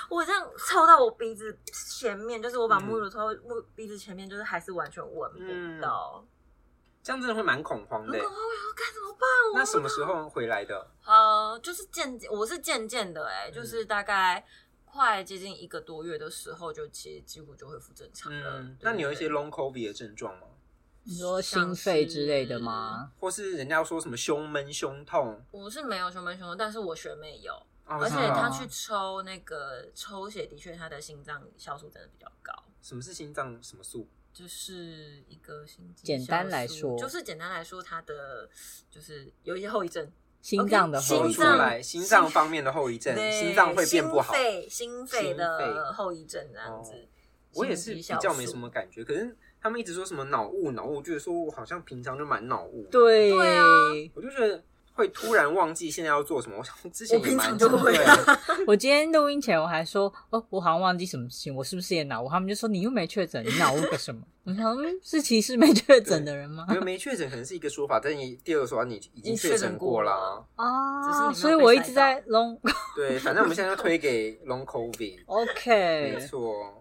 我这样凑到我鼻子前面，就是我把
嗯
沐浴乳凑到我鼻子前面，就是还是完全闻不到。
这样真的会蛮恐慌的、
如
欸
果。我要该怎么办？我
那什么时候回来的？
呃，就是渐，我是渐渐的、哎，
嗯
就是大概快接近一个多月的时候，就其实几乎就恢复正常了。
嗯
对，
那你有一些
呃对
long covid 的症状吗？
你说心肺之类的吗？
或是人家说什么胸闷、胸痛？
我是没有胸闷胸痛，但是我学妹有，
哦
而且
是吗
她去抽那个抽血，的确她的心脏酵素真的比较高，
什么是心脏什么素？
就是一个心肌
简单来
酵素
说
就是简单来说，她的就是有一些后遗症，
心脏的
OK，
说
后
出
遗
心脏
来，心脏方面的后遗症，
对，
心脏会变不好
心。肺心肺
心
的
肺
后遗症这样
哦
子。
我也是
心
比
肌酵
较没
素
什么感觉，可是他们一直说什么脑雾、脑雾，就是说我好像平常就蛮脑雾。，
对，
对啊
我就觉得会突然忘记现在要做什么。我想之前
我
也
平
蛮
常就会
对
我今天录音前我还说，哦，我好像忘记什么事情，我是不是也脑雾？他们就说你又没确诊，你脑雾个什么？ 我想嗯是歧视没确诊的人吗
因？为没确诊可能是一个说法，但你第二个说法你已经
你确
确
诊
诊
过
过
了
啦。
只是你
啊，
没有
所以我一直
被
在
晒
long
对，反正我们现在就推给 long covid，没
OK，
错。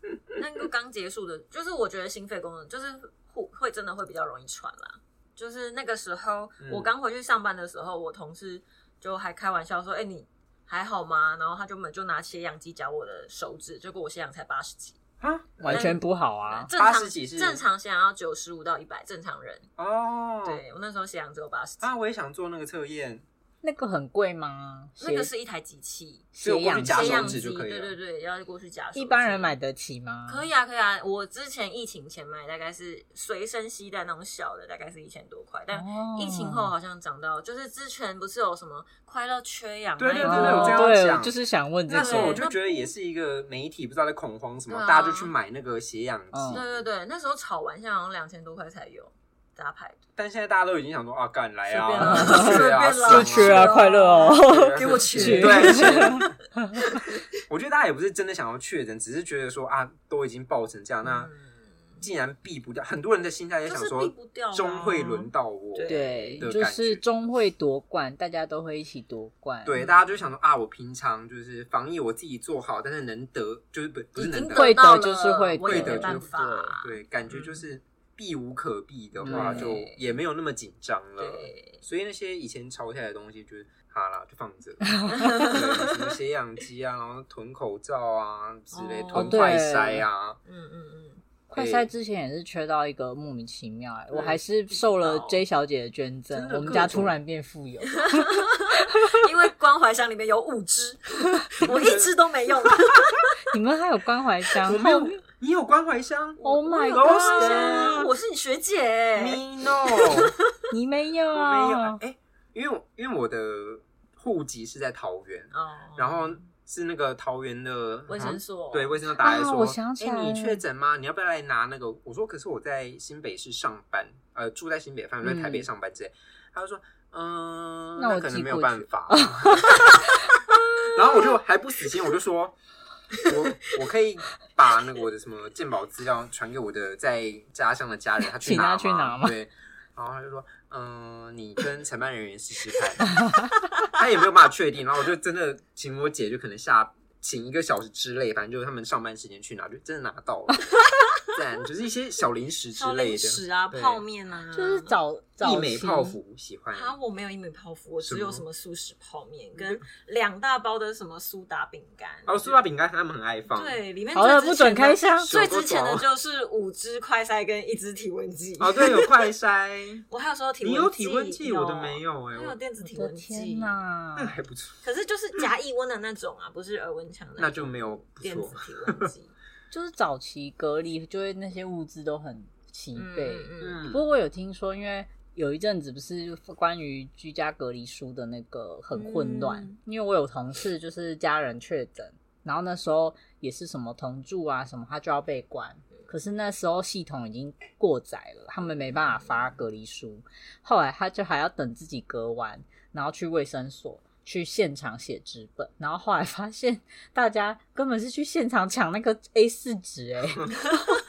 那个刚结束的，就是我觉得心肺功能就是会会真的会比较容易喘啦。就是那个时候
嗯
我刚回去上班的时候，我同事就还开玩笑说：“哎、你还好吗？”然后他就们就拿血氧机夹我的手指，结果我血氧才八十几，
啊
完全不好啊。
正常
80几是
正常血氧要九十五到一百，正常人。
哦，
对我那时候血氧只有八十几，
啊，我也想做那个测验，
那个很贵吗？
那个
血
是一台机器，
所以我
血
过
氧
去夹
血
手
氧
指
机，
就可以
对
了。
对对，要过去夹手指。
一般人买得起吗？
可以啊，可以啊。我之前疫情前买大概是随身携带那种小的，大概是一千多块，但
哦
疫情后好像涨到，就是之前不是有什么快乐缺氧
对对
那一
对
个
我这样
哦对，
想
我就是想问这
那时候
个
我。就觉得也是一个媒体不知道在恐慌什么，
对啊
大家就去买那个血氧机，
嗯
对对对，那时候炒完现在好像两千多块才有，大家排队
但现在大家都已经想说啊，干来啊，
随便
缺
啦
啊，
随便啦
就
爽
缺啊，快乐 哦。
对
给我钱
对，啊钱我觉得大家也不是真的想要确诊，只是觉得说啊，都已经爆成这样，那
嗯
既然避不掉，很多人的心态也想
就是避不
说，
掉啊，
终会轮到我，
对
对，
的
就
感
是
觉
终会夺冠，大家都会一起夺冠。
对，大家就想说啊，我平常就是防疫我自己做好，但是能得就是不不是
已
能
经
得，
会
到
得就是
了
会
我也
得
没
就
办
会
法，嗯
对，感觉就是避无可避的话，
嗯
就也没有那么紧张了。
对，
所以那些以前抄下来的东西，就是哈啦就放 着，对什么血氧机啊，然后囤口罩啊之类，
哦
囤
对
快筛啊，
嗯嗯嗯，
快
对
筛之前也是缺到一个莫名其妙、欸，我
对哦
还是受了
知道
J 小姐的捐赠
真，的
我们家
各种
突然变富有。
因为关怀箱里面有五只， 我一只都没用。
你们还有关 怀箱？
我没有，你有关怀箱
Oh my
我有
god
关怀
啊
箱我是你学姐欸，
？Me no，
你没有？
我没有。哎，因为我因为我的户籍是在桃园，
哦
然后是那个桃园的
卫生所
对卫生所打来
啊
说，
我想起
诶
来
你
了
确诊吗？你要不要来拿那个？我说，可是我在新北市上班，呃，住在新北，反正在台北
嗯
上班之类。他就说，嗯、
那我
可能
寄
没有
过
办
去
法。 然后我就还不死心，我就说，我我可以把那个我的什么鉴宝资料传给我的在家乡的家人，他去
请他
拿
去拿吗
对。然后他就说：“嗯、你跟承办人员试试 看。”他也没有办法确定。然后我就真的请我 姐，就可能下请一个小时之类，反正就是他们上班时间去拿，就真的拿到了。赞，就是一些小零食之
烧
类
零
的，
食啊、
对
泡面啊，
就是早早
一美
期
泡芙喜欢，
啊，我没有一美泡芙，我只有
什
什
么嗯
么素食泡面跟两大包的什么苏打饼干。
哦，苏打饼干他们很爱放，，
对，里面
好了，
最值
不准
钱的
开箱。
手
最
都
值钱的
抖
就是五支快塞跟一支体温计。
哦对，有快
，
筛
我还有时候体
你
温
有体温计，我
都
的没，有哎、
我
我
有电子体
我的
温计哦
天。哪！
那还不错，
可是就是夹腋温的那种啊，不是耳温枪
那
种
就没有不
电子
错，
体 温计。
就是早期隔离，就会那些物资都很齐
嗯
备。
嗯嗯，
嗯
不，过我有听说，因为有一阵子不是关于居家隔离书的那个很混乱，
嗯
因为我有同事就是家人确诊，然后那时候也是什么同住啊什么，他就要被关。可是那时候系统已经过载了，他们没办法发隔离书。后来他就还要等自己隔完，然后去卫生所去现场写纸本，然后后来发现大家根本是去现场抢那个 A 四纸、欸，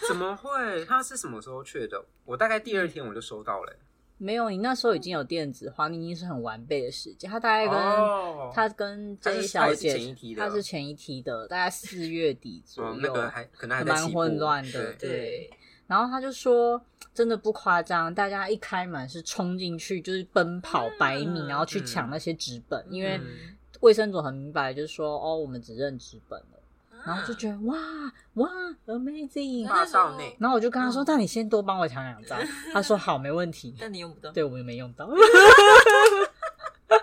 怎么会？他是什么时候去的？我大概第二天我就收到了、
没有，你那时候已经有电子化，你已经是很完备的时间。他大概跟、
哦
他跟
他是
J 小姐，
他也是前一梯的
她是前一梯的，大概四月底左右。
哦，那个还可能还在
蛮
起步
混乱的
对，
对，
然后他就说，真的不夸张，大家一开门是冲进去，就是奔跑百米，
嗯
然后去抢那些纸本，因为
嗯
卫生组很明白，就是说，哦，我们只认纸本了。然后就
啊
觉得哇哇 amazing，
哇少内
然后我就跟他说，
嗯
那你先多帮我抢两张。他说好，没 问题。
但你用不到。
对，我们没用到。
但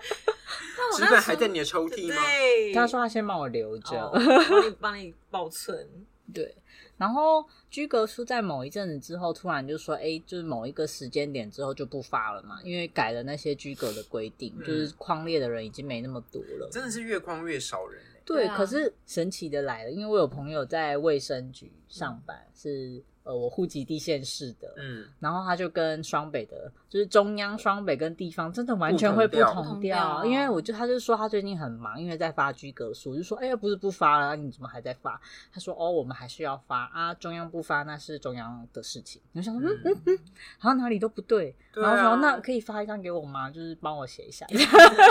我
纸
那
本
时
还
候
在你的抽屉吗？
对，
他说他先帮我留着。
哦帮你 帮你保存。
对，然后居格书在某一阵子之后，突然就说，哎，就是某一个时间点之后就不发了嘛，因为改了那些居格的规定，
嗯
就是框列的人已经没那么多了。
真的是越框越少人、欸、
对，
对啊
可是神奇的来了，因为我有朋友在卫生局上班，是呃我户籍地县市的，
嗯，
然后他就跟双北的，就是中央双北跟地方真的完全会不
不
同
同
调，
调
因为我就他就说他最近很忙，因为在发居格书，我就说哎呀不是不发了，你怎么还在发？他说哦我们还是要发啊，中央不发那是中央的事 情。我就想说嗯嗯嗯，好像哪里都不对，
对
然后说
啊
那可以发一张给我吗？就是帮我写 一下。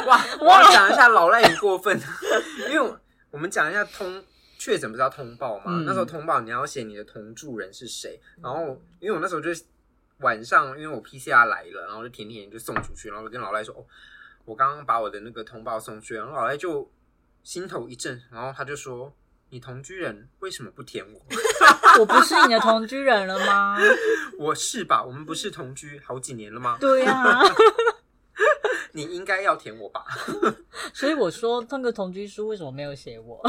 哇，我要讲一下老赖很过分， 因为我们讲一下通确诊不是要通报嘛？
嗯
那时候通报你要写你的同住人是谁，然后因为我那时候就晚上因为我 PCR 来了，然后就甜甜就送出去，然后我跟老赖说哦，我刚刚把我的那个通报送出去，然后老赖就心头一震，然后他就说。你同居人为什么不舔我？
我不是你的同居人了吗？
我是吧？我们不是同居好几年了吗？
对呀、
你应该要舔我吧？
所以我说那个同居书为什么没有写我？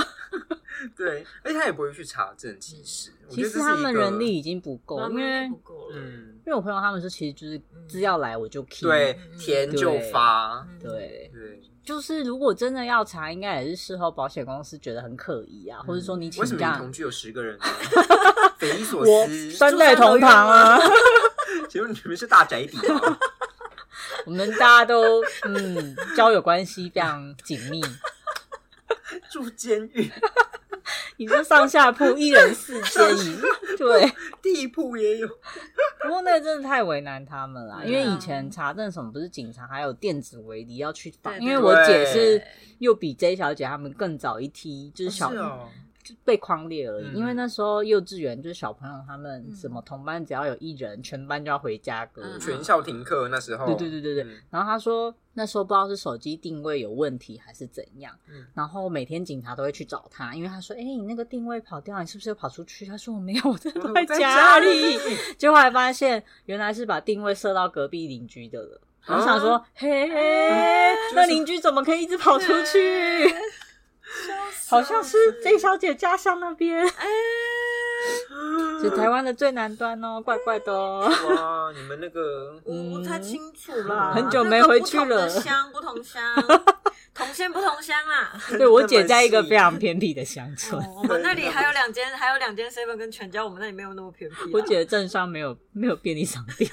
对，而且他也不会去查证，其实我觉
嗯其
得这
实
是
他
一
们
个
人力已经不够，
妈
哦因
妈
为
应该不够了。
嗯，
因为我朋友他们是其实就是只要来我就 key，
对
嗯，
填就发，
嗯，
对，
对，
就是如果真的要查，应该也是事后保险公司觉得很可疑啊，或者说你请
为什么你
假
同，居有十个 人呢？匪夷所
我
思，
三代同堂啊，
请问你们是大宅邸吗？
我们大家 都嗯交友关系非常紧密，
住监狱，
你说上下铺一人四间 一，对。
地铺也有，
不过那个真的太为难他们啦，因
对
为
啊
以前查证什么不是警察还有电子围篱要去访，
对
因为我姐是
对
又比 J 小姐他们更早一梯，就是小
是哦，
就被框列而已。
嗯
因为那时候幼稚园就是小朋友他们
嗯
什么同班只要有一人，全班就要回家隔离。
嗯
全校停课那时候，
对对对对对。
嗯
然后他说那时候不知道是手机定位有问题还是怎样，
嗯
然后每天警察都会去找他，因为他说：“哎、你那个定位跑掉，你是不是又跑出去？”他说：“我没有，我在
我
在
在
家
家
里。
里，
结果还发现原来是把定位设到隔壁邻居的了。我想说，
啊
嘿，
嗯
那邻居怎么可以一直跑出去？ 好像是 J 小姐家乡那边，
哎，
是台湾的最南端哦，怪怪 的哦。
哇，你们那个
我
嗯
不太清楚啦，
很久没回去了
那都不同的乡不同 乡，同县不同乡啦。
对我姐在一个非常偏僻的乡村，
哦我们那里还有两间，还有两间 seven 跟全家，我们那里没有那么偏僻啊啦。
我姐的镇上没有没有便利商店。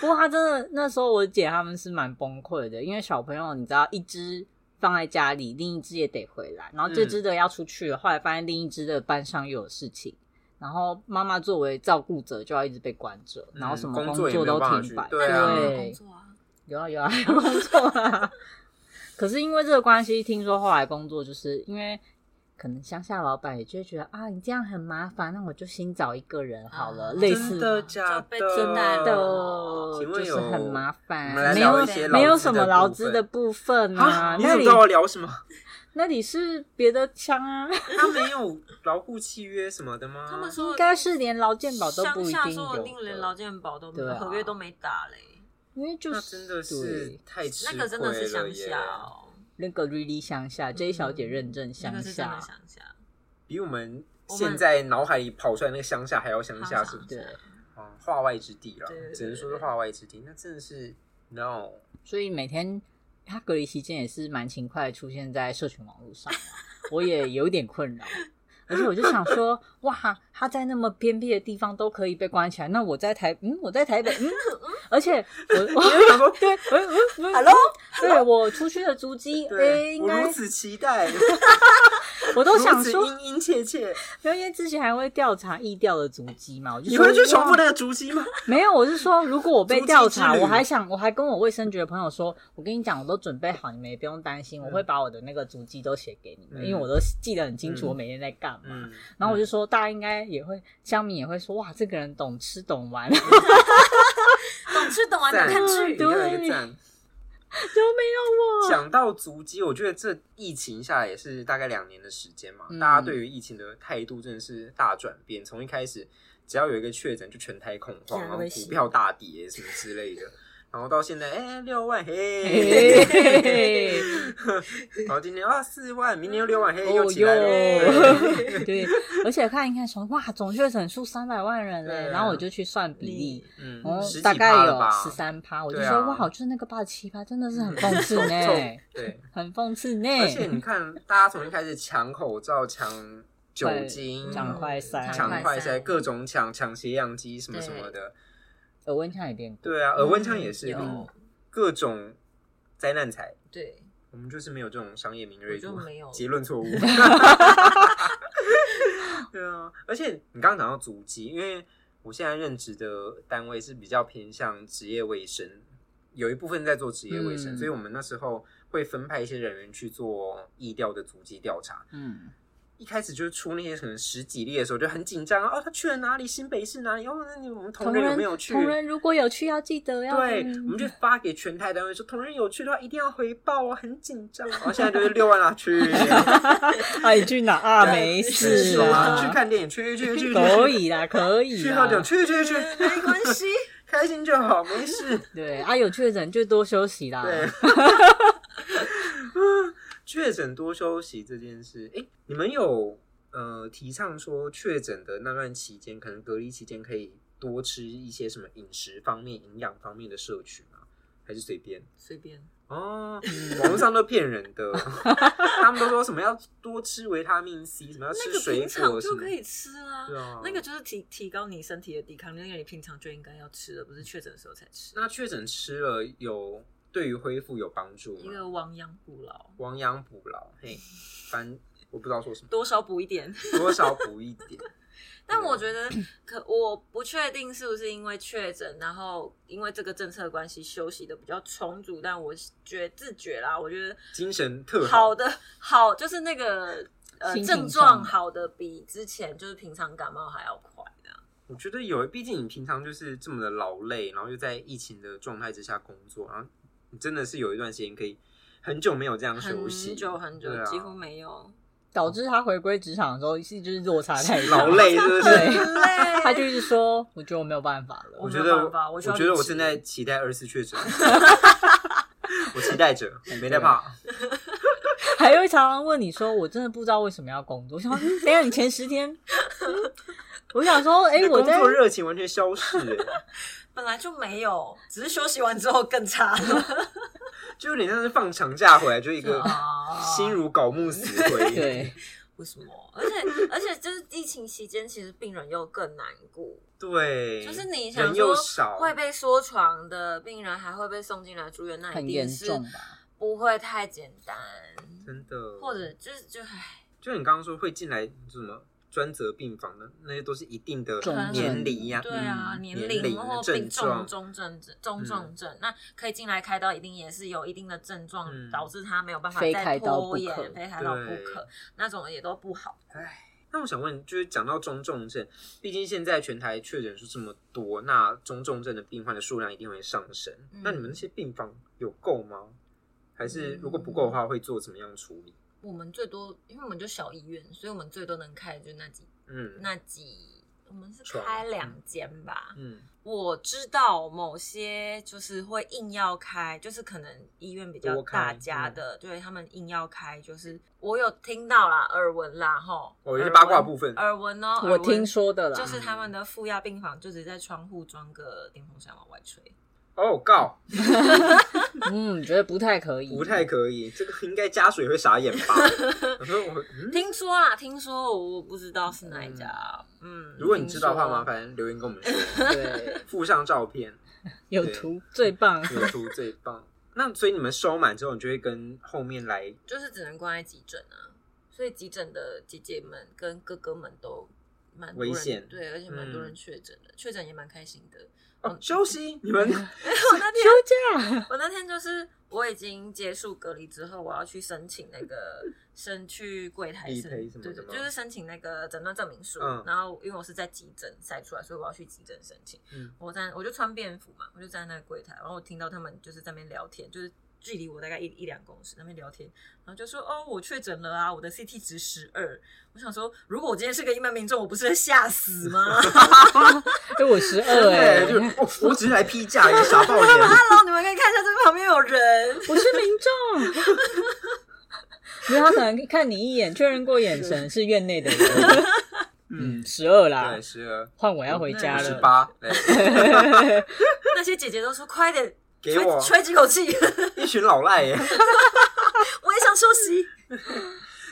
不过她真的那时候，我姐他们是蛮崩溃的，因为小朋友你知道，一只放在家里，另一只也得回来，然后
嗯
这只的要出去了，后来发现另一只的班上又有事情，然后妈妈作为照顾者就要一直被关着，然后什么
嗯
工
工作也没
都
有办法
停
去
摆，
对啊
有
对
工，作啊，
有啊有 啊有工作啊。可是因为这个关系，听说后来工作就是因为可能乡下老板也就会觉得啊，你这样很麻烦，那我就新找一个人好了，
啊
类
真
似
的假
就被真
真的
哦
请问
就是
有
很麻
我
烦
们来，
没
聊
有
一些
没有
劳资
什
的
么劳
部
资
分
的部分
啊
啊，
你
那
怎么
里
知道我聊什么？
那里是别的乡啊，
他没有牢固契约什么的吗？
他们说
应该是连劳健保都不
乡
一
下
定
说
有
我定连劳
的，
健保都没
对啊
合约都没打嘞，
因为就
那
是
真的是
对
太吃
那
亏
个真的是
了
乡
耶
下哦，
那个 really 乡下，J 小姐认证
嗯那
乡
个是真
下
的，乡下，
比我们
我们
现在脑海里跑出来那个乡下还要乡下，
好
是不是？
对
乡下
啊，化外之地啦
对对，对
只能说是化外之地。那真的是 no，
所以每天她隔离期间也是蛮勤快地出现在社群网络上啊，我也有点困扰。而且我就想说，哇，她在那么偏僻的地方都可以被关起来，那我在台，嗯，我在台北， 嗯，嗯而且我我
想说
对，嗯嗯嗯
Hello？
对我出去的足迹，哎，
对
应
我
该
如此期待，
我都想
如此
说，
殷殷切切，
因为之前还会调查意调的足迹嘛，我就
你
说
会去重复
哇
那个足迹吗？
没有，我是说，如果我被
足
调查，
迹之旅
我还想，我还跟我卫生局的朋友说，我跟你讲，我都准备好，你们也不用担心，我会把我的那个足迹都写给你
嗯
们，因为我都记得很清楚，
嗯
我每天在干嘛。
嗯，
然后我就说，大家应该也会，乡民也会说，哇，这个人懂吃懂玩，就
懂吃懂玩
赞
能看剧
给，他一个
啊对
赞。
没有我。
讲到足迹，我觉得这疫情下来也是大概两年的时间嘛，
嗯
大家对于疫情的态度真的是大转变。从一开始，只要有一个确诊就全台恐慌，
吓
然
到
后
会
股
死
票大跌什么之类的，然后到现在，哎、六万嘿，
嘿
然后今天啊四万，明天又六万嘿，又
哦
起来了。
哟， 对，而且看一看说，哇，总确诊数三百万人
对
嘞，
啊
然后我就去算比例，
嗯
哦，
十
大
几
概
趴了
有
吧？
十三趴，我就
对
说、
啊
哇，就是那个八七趴，真的是很 欸讽刺呢
臭，对，
很讽刺呢。
而且你看，大家从一开始抢口罩、抢酒精、
抢快塞，
抢
抢
快
快
塞
塞，各种抢抢血氧机什么什么的，
耳温枪也变贵，
对啊，耳温枪也是
有
嗯各种灾难财。
对，
我们就是没有这种商业敏锐度，
我就没有
结论错 误。对啊，而且你刚刚讲到足迹，因为我现在任职的单位是比较偏向职业卫生，有一部分在做职业卫生，
嗯
所以我们那时候会分派一些人员去做意调的足迹调查。
嗯，
一开始就是出那些可能十几例的时候就很紧张啊，哦，他去了哪里？新北市哪里？哦，那你我们同仁有没有去？
同仁如果有去，要记得要嗯
对，我们就发给全台单位说，同仁有去的话一定要回报哦，很紧张。然后现在就是六万啦， 去
哎，去哪啊？
对
没
去
事
爽啊，
啦，
去看电影，去去去去，
可以啊啦，可以
去
啦
喝酒，去去去，
没关 系，
开心就好，没事。
对啊，有确诊就多休
啊
息啦，
对，确诊多休息这件事，哎、你们有呃提倡说确诊的那段期间，可能隔离期间可以多吃一些什么饮食方面、营养方面的摄取吗？还是随便？
随便。
哦，网络上都骗人 的，他们都说什么要多吃维他命 C，什么要
那
吃
个
水
平常
果什
就
么，
可以吃啊，
对啊，
那个就是提提高你身体的抵抗力，那个你平常就应该要吃的，不是确诊的时候才吃。
那确诊吃了有对于恢复有帮助
一
吗？
个亡羊补牢，
亡羊补牢，嘿，反正我不知道说什么。
多少补一点。
多少补一点。
但
啊
我觉得可我不确定是不是因为确诊，然后因为这个政策的关系休息的比较充足，但我觉自觉啦，我觉得
精神特
好的好就是那个呃
心情
症状
上
好的比之前就是平常感冒还要快的。
我觉得有，毕竟你平常就是这么的劳累，然后又在疫情的状态之下工作，然后你真的是有一段时间可以很久没有这样休息，
很久很久、
对啊、
几乎没 有，
导致他回归职场的时候是就是落差太大
劳，累，是不
对
是？
很 累
他就一直说，我觉得我没有办法了，
我
我
觉
没有
得
办法我需要
觉得
离
我
职
正在期待二次确 诊，我期待着，我没在怕。
还会常常问你说，我真的不知道为什么要工作。我想 说，嗯等一下你前十天，嗯我想说，哎、
你的
我
工
在
作热情完全消逝、哎
本来就没有，只是休息完之后更差了。
就有点像是放长假回来，就一 个
啊
心如槁木死灰。
对
为什么？而且而且就是疫情期间，其实病人又更难过，
对，
就是你想
人又
说
少，
会被缩床的病人还会被送进来住院，那
很
一
严
定是
重吧？
不会太简单，
真的，
或者就是就唉，哎
就你刚刚说会进来什么专责病房的，那些都是一定的
重
年龄呀、
对啊，
嗯
年
年
龄
的
或
症
病
状嗯
重、中症、中重症，那可以进来开刀，一定也是有一定的症状，
嗯
导致他没有办法
非
再
开刀不
拖延
可，
非开刀不
对
可，那种也都不好。
那我想问，就是讲到中重症，毕竟现在全台确诊数这么多，那中重症的病患的数量一定会上升。
嗯
那你们那些病房有够吗？还是如果不够的话，会做怎么样处理？
我们最多，因为我们就小医院，所以我们最多能开的就那几
嗯
那几，我们是
床
开两间吧，
嗯
我知道某些就是会硬要开，就是可能医院比较
多开嗯
大家的，对他们硬要开，就是我有听到啦，耳闻啦，吼，
哦也是
耳闻
八卦部分
耳闻
啊
哦，
我
耳闻
听说 的啦，
就是他们的负压病房就只是在窗户装个电风扇往外吹，
哦，告
嗯，觉得不太可以，
不太可以，这个应该家属也会傻眼 吧？我说我、嗯，
听说啦，听说我不知道是哪一家，嗯，
如果你知道的话，
听说
麻烦留言跟我们 说，
对，
附上照片，
有图最棒，
有图最棒。那所以你们收满之后，你就会跟后面来
就是只能关在急诊啊，所以急诊的姐姐们跟哥哥们都蛮多
危
人
险
对，而且蛮多人
嗯
确诊的，确诊也蛮开心的。
哦休息，你们
我那天
休假，
我那天就是我已经结束隔离之后，我要去申请 那个申去柜台
理
申
赔什么
对
的
对，
吗
就是申请那个诊断证明书。
嗯
然后因为我是在急诊筛出来，所以我要去急诊申请。
嗯
我在我就穿便服嘛，我就站在那个柜台，然后我听到他们就是在那边聊天，就是。距离我大概一一两公尺，那边聊天，然后就说：“哦，我确诊了啊，我的 CT 值十二。”我想说，如果我今天是个一般民众，我不是会吓死 吗？
哎，我十二哎
对，，就哦我只是来批假，也傻爆眼。
然后你们可以看一下这边旁边有人，
我是民众。因为他可能看你一眼，确认过眼神是院内的人，
嗯，
十二啦
对，，十二
换我要回家
十
了。
八，对
那些姐姐都说：“快点
给我
吹吹几口气。”
一群老赖耶。
我也想休息。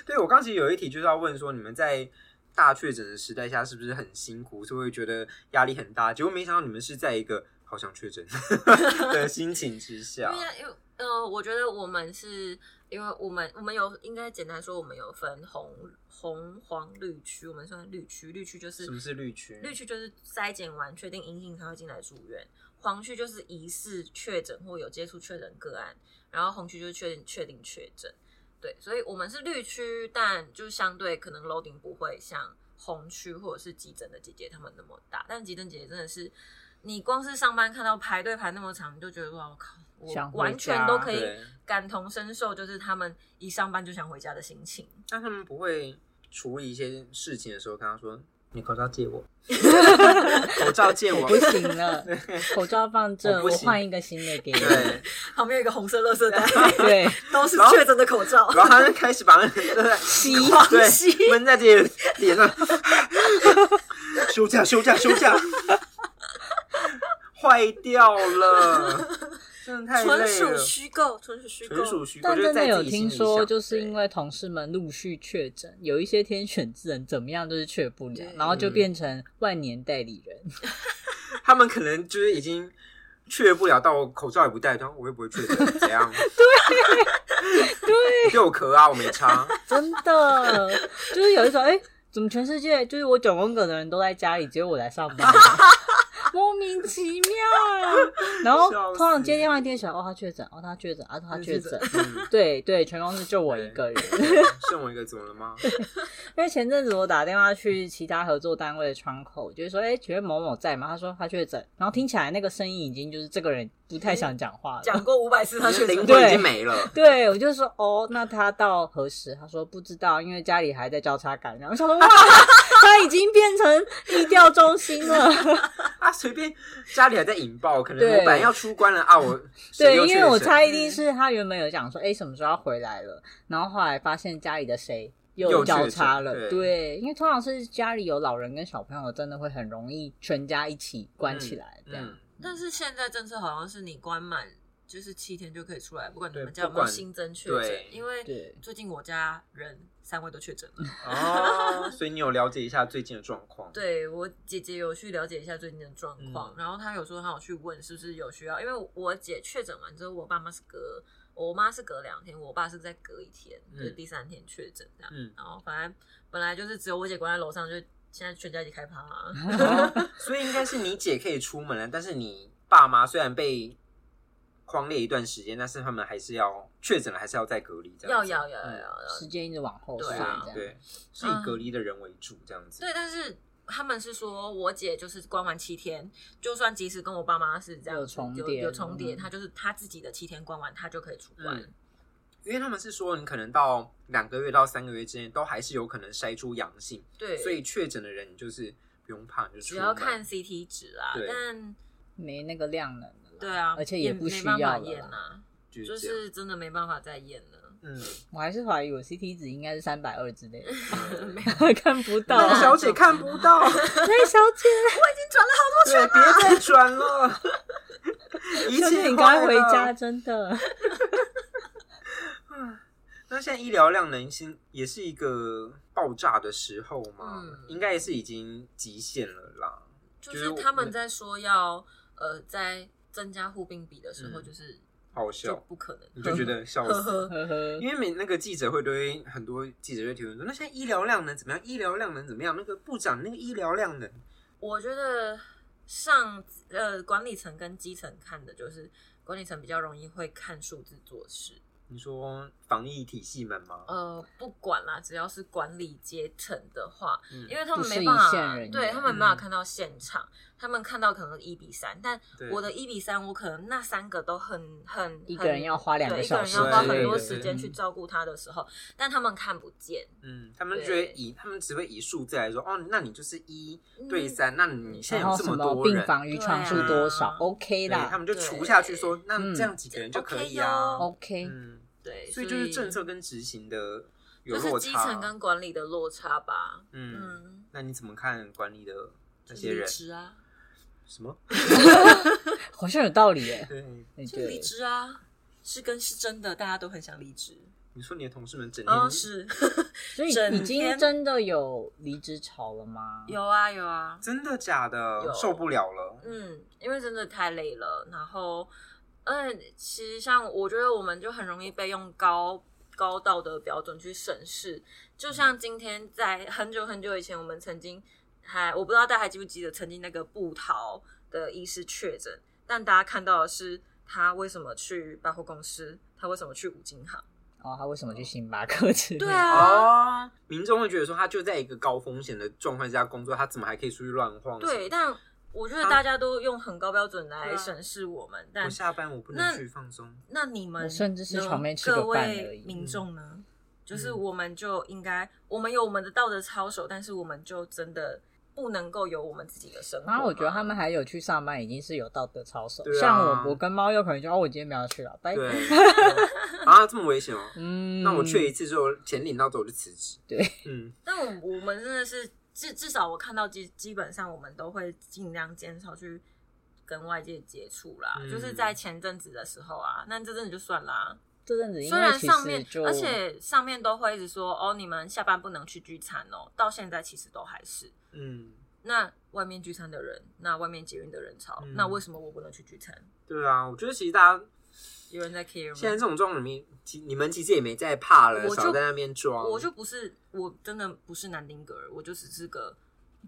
对我刚其实有一题就是要问说，你们在大确诊的时代下是不是很辛苦，所以会觉得压力很大？结果没想到你们是在一个好想确诊 的心情之
因
下
为，因为呃，我觉得我们是因为我们我们有应该简单说，我们有分红红黄绿区，我们算绿区，绿区就是
什么是绿区？
绿区就是筛检完确定阴性才会进来住院，黄区就是疑似确诊或有接触确诊个案，然后红区就是确定确定确诊。对，所以我们是绿区，但就相对可能楼顶不会像红区或者是急诊的姐姐她们那么大，但急诊姐姐真的是，你光是上班看到排队排那么长，你就觉得哇，我靠，我
想回
完全都可以
对
感同身受，就是他们一上班就想回家的心情。
但他们不会处理一些事情的时候跟他说：“你口罩借我，口罩借我
不。行了，口罩放
我
这，
哦不
我
行
换一个新的给”你。
对，
旁边有一个红色 垃圾袋，
对，
都是
然后
确诊的口罩。
然后他就开始把那个吸对
吸
闷在自己的脸上，休假休假休假，坏掉了，真的太累
纯属
了，
虚构，纯属虚构。
纯属虚构。
但
就是
真的
在
有
自己心
听
里
说，
想
就是因为同事们陆续确诊，有一些天选之人怎么样都是确不了
对，
然后
嗯
就变成万年代理人。
对他们可能就是已经。确不了，到我口罩也不戴，然后我又不会确诊，怎 样？对对，给我咳啊，我没差。
真的，就是有一种哎、诶怎么全世界就是我九宫格的人都在家里，只有我来上 班，莫名其妙。然后
笑死
通常接电话一定想，哦，他确诊，哦，他确诊，啊，他确诊。
嗯，
对对，全公司就我一个 人。
剩我一个怎么了吗？
因为前阵子我打电话去其他合作单位的窗口，就是说，哎、请问某某在吗？他说他确诊，然后听起来那个声音已经就是这个人不太想讲话了。
讲过五百次， 他确
灵
诊。
魂已经没了。
对，我就说哦，那他到何时？他说不知道，因为家里还在交叉感染。我想说哇，他已经变成疫调中心了。
啊，随便家里还在引爆，可能
对
我本来要出关了啊，我谁
对，
又
因为我
确诊
猜一定是他原本有讲说，哎、什么时候要回来了，然后后来发现家里的谁
又
又交叉
确诊对
了。对，因为通常是家里有老人跟小朋友，真的会很容易全家一起关起来这样。
嗯，
但是现在政策好像是你关满就是七天就可以出来，不管你
对
们家有
不
没有
管
新增确
对
诊。因为
对
最近我家人三位都确诊了。
哦，所以你有了解一下最近的状况？，
对我姐姐有去了解一下最近的状况，
嗯
然后她有说她有去问是不是有需要，因为我姐确诊完之后，我爸妈是隔我妈是隔两天，我爸是在隔一天，就是
嗯
第三天确诊这样。
嗯，
然后反正本来就是只有我姐关在楼上，就现在全家一起开趴、啊。
嗯所以应该是你姐可以出门了，但是你爸妈虽然被框列一段时间，但是他们还是要确诊了，还是要再隔离这样
要
子。
要要要
嗯
要要。
时间一直往后
对
算，
啊
这样
对，是以隔离的人为主这样子。
对，但是他们是说，我姐就是关完七天，就算即使跟我爸妈是这样
有重
有
叠
有重叠，
嗯
她就是她自己的七天关完，她就可以出关。
嗯因为他们是说你可能到两个月到三个月之内都还是有可能筛出阳性，
对，
所以确诊的人你就是不用怕，你就出
只
门
要看 CT 值啊
对，
但
没那个量能了啦。
对啊，
而且
也
不需
没办
要
法
了
验
啦。
啊，
就
就是
这样
是真的没办法再验了。
嗯，
我还是怀疑我 CT 值应该是三百二之类的，
嗯
看不到。
那
啊
小姐看不到，
对，小姐，
对，别再转了。一
小
切
姐你
快
该
乐
回 家，。真的。
那现在医疗量能心也是一个爆炸的时候嘛，
嗯
应该也是已经极限了啦。
就
就是
是
我
他们在说要呃在增加护病比的时候，
嗯
就是
好
就
笑，
不可能，
你就觉得笑
呵
死。
呵。
呵呵
因，为每那个记者会都会很多记者会提问说，那现在医疗量能怎么样？医疗量能怎么样？那个部长那个医疗量能，
我觉得上呃管理层跟基层看的就是管理层比较容易会看数字做事，
你说防疫体系们吗？
呃，不管啦，只要是管理阶层的话，
嗯
因为他们
不是
没
一
办
线
法
人，员
对他们没办法
嗯
看到现场，他们看到可能一比三，但
对
我的一比三，我可能那三个都很很
一个人要花两个
对一
小
个人
时
要花
之类
很多
的
时间去
嗯
照顾他的时候，但他们看不见，
嗯，他们
对
觉得以他们只会以数字来说，哦，那你就是一
嗯
对三，那你现在
然
有
后
这
什么
多
病
人，
房余床数多少
对啊
？OK
对，
啦，
他们就除下去说，那
嗯
这样几个人就可以啊。
OK
OK，
嗯，
对，
所以就是政策跟执行的有
就是
落
基
差
层。跟管理的落差吧，
嗯，
嗯，
那你怎么看管理的那
就
些
离
人？
职啊，
什么？
好像有道理耶。
对，
对
就离职啊，是跟是真的，大家都很想离职，
你说你的同事们整
嗯，
天
是
所以
整
已经
天
真的有离职潮了吗？
有啊有啊，
真的假的
有
受不了了。
嗯，因为真的太累了，然后，嗯，其实像我觉得我们就很容易被用高高道德标准去审视，就
嗯
像今天在 很久很久以前，我们曾经还我不知道大家还记不记得，曾经那个布桃的医师确诊，但大家看到的是他为什么去百货公司，他为什么去五金行？
哦，他为什么去星巴克之类的？
对啊，
哦，民众会觉得说他就在一个高风险的状况下工作，他怎么还可以出去乱晃？
对，，但我觉得大家都用很高标准来审视我们，但
我下班我不能
那
去放松。
那你们
我甚至是
呢
床边吃
各
个饭而
位
已嗯
民众呢？就是
嗯
我们就应该，我们有我们的道德操守，但是我们就真的不能够有我们自己的生活嘛。
然后我觉得他们还有去上班，已经是有道德操守。
对啊
像我，我跟猫又可能就哦，我今天不要去了，拜。
对， 啊，这么危险哦。
嗯，
那我去一次之后，钱领到走我就辞职。
对，
嗯，
但我我们真的是至至少我看到基基本上我们都会尽量减少去跟外界接触啦。
嗯
就是在前阵子的时候啊，那这阵子就算啦。
这阵子，因
虽
为
然
其
上
实
面
就，
而且上面都会一直说哦，你们下班不能去聚餐哦，到现在其实都还是。
嗯，
那外面聚餐的人，那外面捷运的人潮，
嗯
那为什么我不能去聚餐？
对啊，我觉得其实大家
有人在 care 吗？
现在这种状况里面，其你们其实也没在怕了，
我就
少在那边装。
我就不是，我真的不是南丁格尔，我就只是个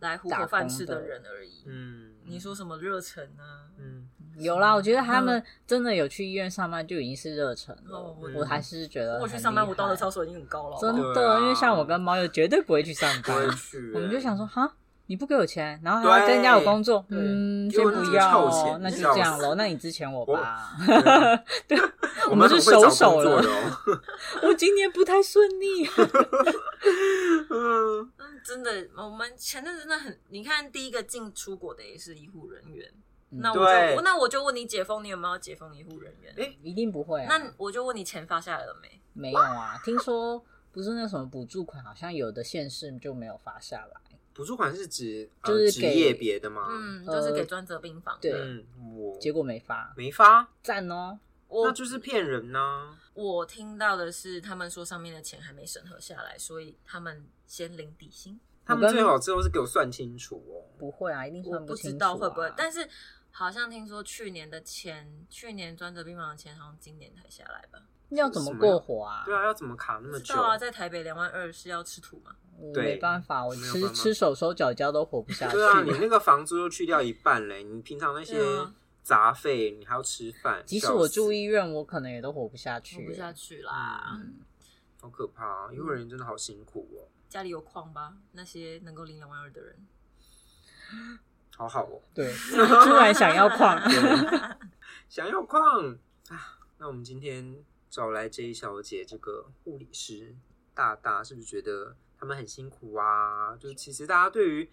来糊口饭吃的人而已。
嗯，
你说什么热忱啊？
嗯，
有啦，我觉得他们真的有去医院上班，就已经是热忱了
哦。
我
我还是觉
嗯
得
我去
很
上班，
厉
我道德
害
操守已经很高了。
真
好不好
对啊
的，因为像我跟猫又绝对不会去上
不会
班，
去、欸
我们就想说，哈，你不给我钱，然后还要增加我工作，
对
嗯，
给
先
我
不
那
要
个臭
哦
钱，
那就
笑
这样
死
喽。那你支钱我吧，
对，
我
们
们是
很会找
熟手
工作
了
的，哦。
我今年不太顺 利。
嗯，
嗯，真的，我们前阵子真的很，你看第一个进出国的也是医护人员，
嗯
那我
对
就那我就问你解封，你有没有解封医护人员？
诶
一定不会啊。
那我就问你钱发下来了没？
没有啊，听说不是那什么补助款，好像有的县市就没有发下来。
补助款是指呃
就是
职
给
业别的吗？
嗯，就是
呃
给专责病房的。
对
嗯，我
结果没发，
没发，
赞哦！
我
那就是骗人呢、
我听到的是，他们说上面的钱还没审核下来，所以他们先领底薪。
他们最好之后是给我算清楚哦。
不会啊，一定
我
算
不
清
知
楚、啊。
道会不会，但是好像听说去年的钱，去年专责病房的钱好像今年才下来吧？
要怎么过活啊？
对啊，要怎么卡那
不
么
知
久？
道啊，在台北两万二是要吃土吗？
我
对
没办法，我
没有
吃
办法
吃手手脚脚都活不下去。
对啊，你那个房租又去掉一半嘞，你平常那些
对啊
杂费，你还要吃饭，
即使我住
意，
医院，我可能也都活不下
吃
去。
不下去
啊
啦，
好可怕啊！医护人员真的好辛苦哦，
家里有矿吧？那些能够领两万二的人，
好好哦，
对，突然想要矿。
想要矿啊！那我们今天找来 J 小姐这个护理师大大，是不是觉得他们很辛苦啊？就是其实大家对于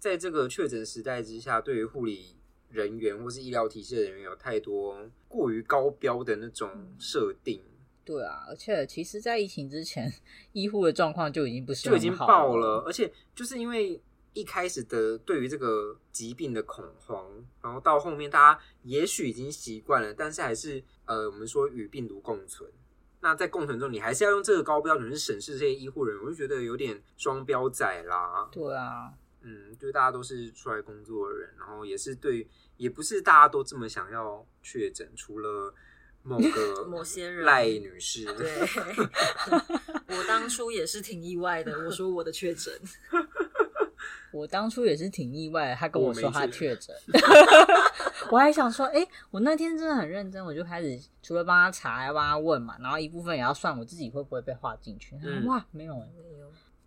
在这个确诊时代之下，对于护理人员或是医疗体系的人员有太多过于高标的那种设定，
对啊，而且其实，在疫情之前，医护的状况就已经不是
就已经
很好
爆了，。而且就是因为一开始的对于这个疾病的恐慌，然后到后面大家也许已经习惯了，但是还是呃，我们说与病毒共存。那在共存中，你还是要用这个高标准去审视这些医护人员，我就觉得有点双标仔啦。
对啊，
嗯，就是大家都是出来工作的人，然后也是对，也不是大家都这么想要确诊，除了某个
某些人
赖女士，
对， 我当初也是挺意外的。我说我的确诊，
我当初也是挺意外的，他跟我说他
我没
确 诊，我还想说，哎、我那天真的很认真，我就开始除了帮他查，还帮他问嘛，然后一部分也要算我自己会不会被划进去。
嗯
哇，没有哎、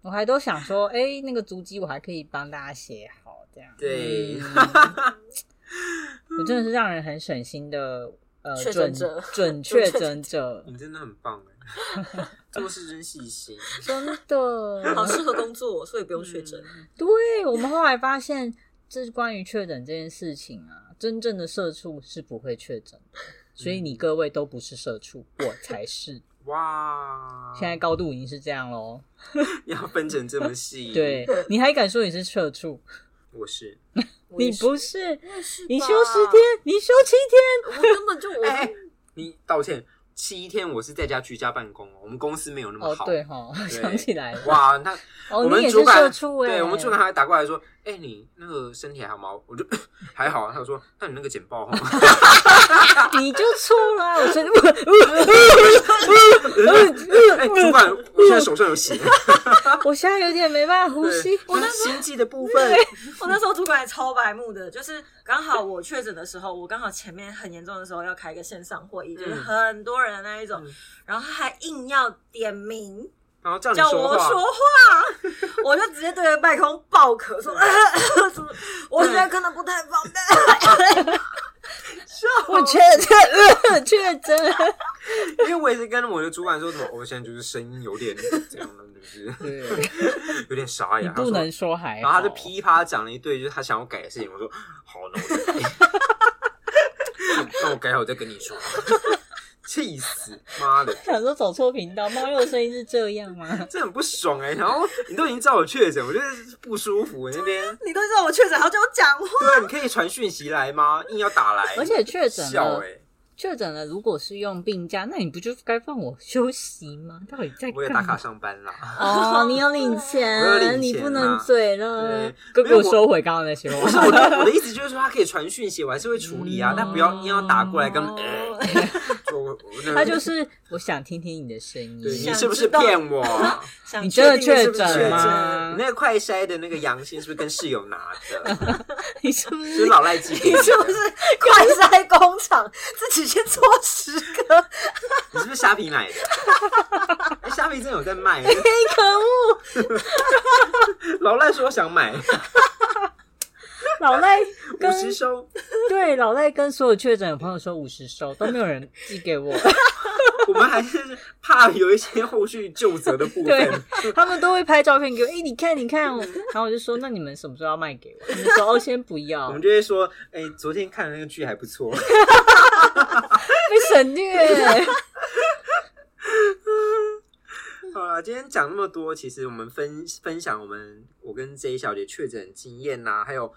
我还都想说，哎、那个足迹我还可以帮大家写好，这样。
对
嗯 我真的是让人很省心的，呃，
确
准
诊者
准确诊者，
你真的很棒哎， 做事真细心。
真的
好适合工作，所以不用确诊。
嗯对我们后来发现，这关于确诊这件事情啊，真正的社畜是不会确诊的，所以
嗯
你各位都不是社畜，我 才是。
哇！
现在高度已经是这样喽，
要分成这么细，
对，你还敢说你是社畜？
我是
我也
你不是，
是
你
吧
休十天，，你休七天，
我根本就 我
哎你道歉七天，我是在家居家办公哦，我们公司没有那么
哦
好，，
对哈，想起来了，
哇，那
哦，
我
你
们
也
主
是社
管
畜哎，
对我们主管还打过来说，哎，你那个身体还好吗？我就 还好啊，他说，那你那个简报好吗？
你就错了啊，我说
哎，主管，我现在手上有血，
我现在有点没办法 呼
对哎
吸，
那心悸的部分，
我那时候主管还超白目的，就是刚好我确诊的时候，我刚好前面很严重的时候要开一个线上会议，就是很多人的那一种，
嗯
然后他还硬要点名
然后叫你
叫我说
话，
话，我就直接对着麦克风爆咳说， 说我觉得可能不太方便。
我确诊确诊。
因为我也是跟我的主管说什么，哦我现在就是声音有点这样的，就是
对，
有点沙
你
哑，他
不
说
能说还好，
然后他就噼啪讲了一堆，就是他想要改的事情。我说好，那我再改。 那我改好再跟你说。 气死，妈的，
想说走错频道，猫六声音是这样吗？
这很不爽哎、然后你都已经知道我确诊，我觉得不舒服。那边
啊
你都知道我确诊，还要叫我讲话，
对啊，你可以传讯息来吗？硬要打来，
而且确诊
笑
了
哎、，
确诊了，如果是用病假，那你不就该放我休息吗？到底在
我也
干
打卡
嘛？
上班 啦。
哦，你有领钱，
我有领钱啊
你不能嘴了
对。
哥
没有
哥
我
收回刚刚那些
不是
话。
我的，我的意思就是说，他可以传讯息，我还是会处理啊
嗯，
但不要硬要打过来跟。呃 就我我那
他就是我想听听你的声音，
对你
想
是不是骗我？啊
想
你真的
确
确
定是不是
诊
确
吗？
你那个快筛的那个阳性是不是跟室友拿的？
你是不
就是
是
老赖寄给你
你
的？
是不是快筛工厂自己先搓十个？
你是不是虾皮买的？哎虾皮真的有在卖，
可恶？
老赖说想买，
老赖
五
跟
十收，
对老赖跟所有确诊的朋友说五十收，都没有人寄 给我。
我们还是怕有一些后续就责的部分。
对，他们都会拍照片给我，哎、你看，你看，然后我就说，那你们什么时候要卖给我？他们说，哦，先不
我
要，
们
被
就会说，哎，昨天看的那个剧还不错，
省略。
好了，今天讲那么多，其实我们分分享我们我跟 J 小姐确诊经验呐、还有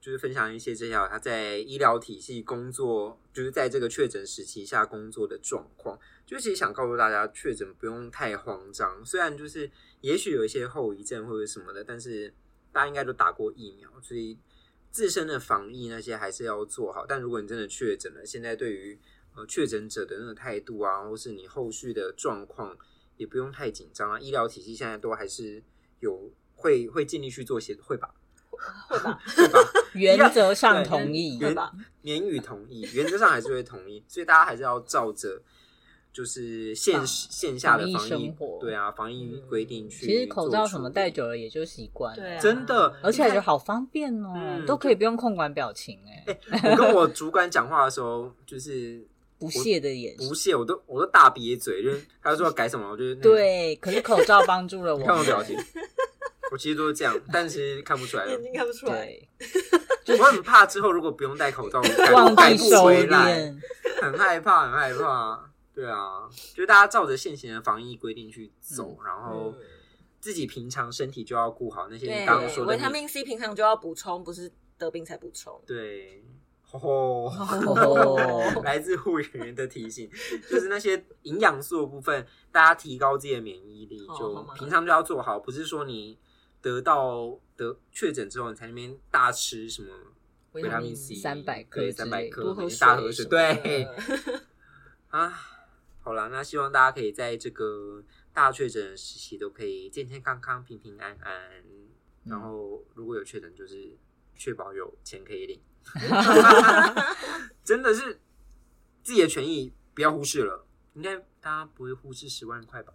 就是分享一些 J 小姐她在医疗体系工作，就是在这个确诊时期下工作的状况。就是其实想告诉大家，确诊不用太慌张，虽然就是也许有一些后遗症或者什么的，但是大家应该都打过疫苗，所以自身的防疫那些还是要做好。但如果你真的确诊了，现在对于呃确诊者的那个态度啊，或是你后续的状况，也不用太紧张啊。医疗体系现在都还是有会会尽力去做协会吧，
会吧？
会吧？
原则上
对
同意，
对吧？
免予同意，原则上还是会同意，所以大家还是要照着就是线线下的
防
防
疫
疫
生活
对啊，防疫规定去。
嗯其实口罩什么戴，久了也就习惯
对
了，
啊
真的
而且我觉得好方便哦，
嗯
都可以不用控管表情哎、
我跟 我主管讲话的时候，就是
不屑的眼神
不。屑，我都我都大瘪嘴，就是他说要改什么，我就是那个，
对，可是口罩帮助了我
你
们。
看我表情，我其实都是这样，但其实看不出来了
眼。睛看不出来，
对，
我很怕之后如果不用戴口罩，我 改
忘
改
记
不
收
回来，
敛。
很害怕，很害怕。对啊，就是大家照着现行的防疫规定去走，然后
嗯
自己平常身体就要顾好那些你
对
刚刚说的
维他
你。
命 C 平常就要补充，不是得病才补充。
对，吼 吼，
哦
来自护理人员的提醒，就是那些营养素的部分，大家提高自己的免疫力，
哦
就
好吗
平常就要做好，不是说你得到得确诊之后，你才那边大吃什么维他
嗯
命 C
300克
对
之
三
类
百
多
克，每
喝
天
水，
大喝水，对
呃，
啊。好啦，那希望大家可以在这个大确诊的时期都可以健健康康、平平安安。
嗯
然后如果有确诊，就是确保有钱可以 领。真的是自己的权益不要忽视了，应该大家不会忽视十万块吧？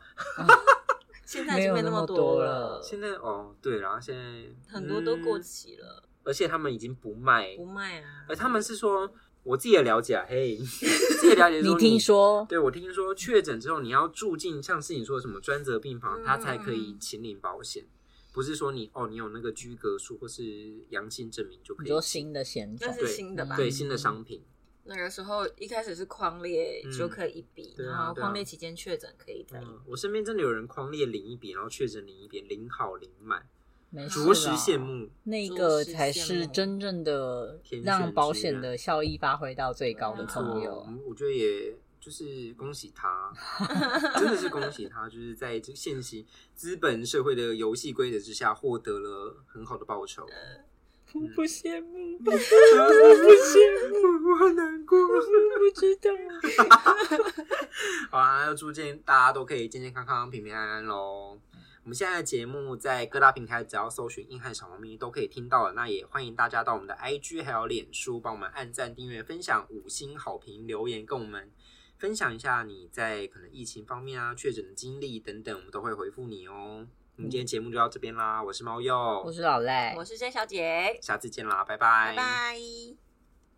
现在已经没那多了，
现在哦，对，然后现在
很多都过
嗯
期了，
而且他们已经不卖，
不卖啊。
而嗯哎他们是说我自己的了解啊，嘿， 自己的了解，
你听。说？
对，我听说确诊之后你要住进像是你说什么专责病房，
嗯
他才可以请领保险，不是说你哦你有那个居隔数或是阳性证明就可
你
以
说
请。
新的险种
那是新的吧？
对新的商品，
那个时候一开始是框列
嗯
就可以一笔，
对啊
然后
对啊
框列期间确诊可以再一笔
嗯，我身边真的有人框列领一笔，然后确诊领一笔，领好领满，
哦没事啦
着实羡慕。
那个才是真正的让保险的效益发挥到最高的
没
天选
错
朋
之
友。，
我觉得也就是恭喜 他，真的是恭喜他，就是在这现行资本社会的游戏规则之下，获得了很好的报酬。
我不羡 慕，
我不羡慕，我好难过。
我不知道。
好啊，要祝健大家都可以健健康康、平平安安喽。我们现在的节目在各大平台只要搜寻“硬汉小猫咪”都可以听到了。那也欢迎大家到我们的 IG 还有脸书帮我们按赞、订阅、分享、五星好评、留言跟我们分享一下你在可能疫情方面啊、确诊的经历等等，我们都会回复你哦。我们今天节目就到这边啦，我是猫
我
鼬，
是老赖，
我是 J 小姐，
下次见啦，
拜拜。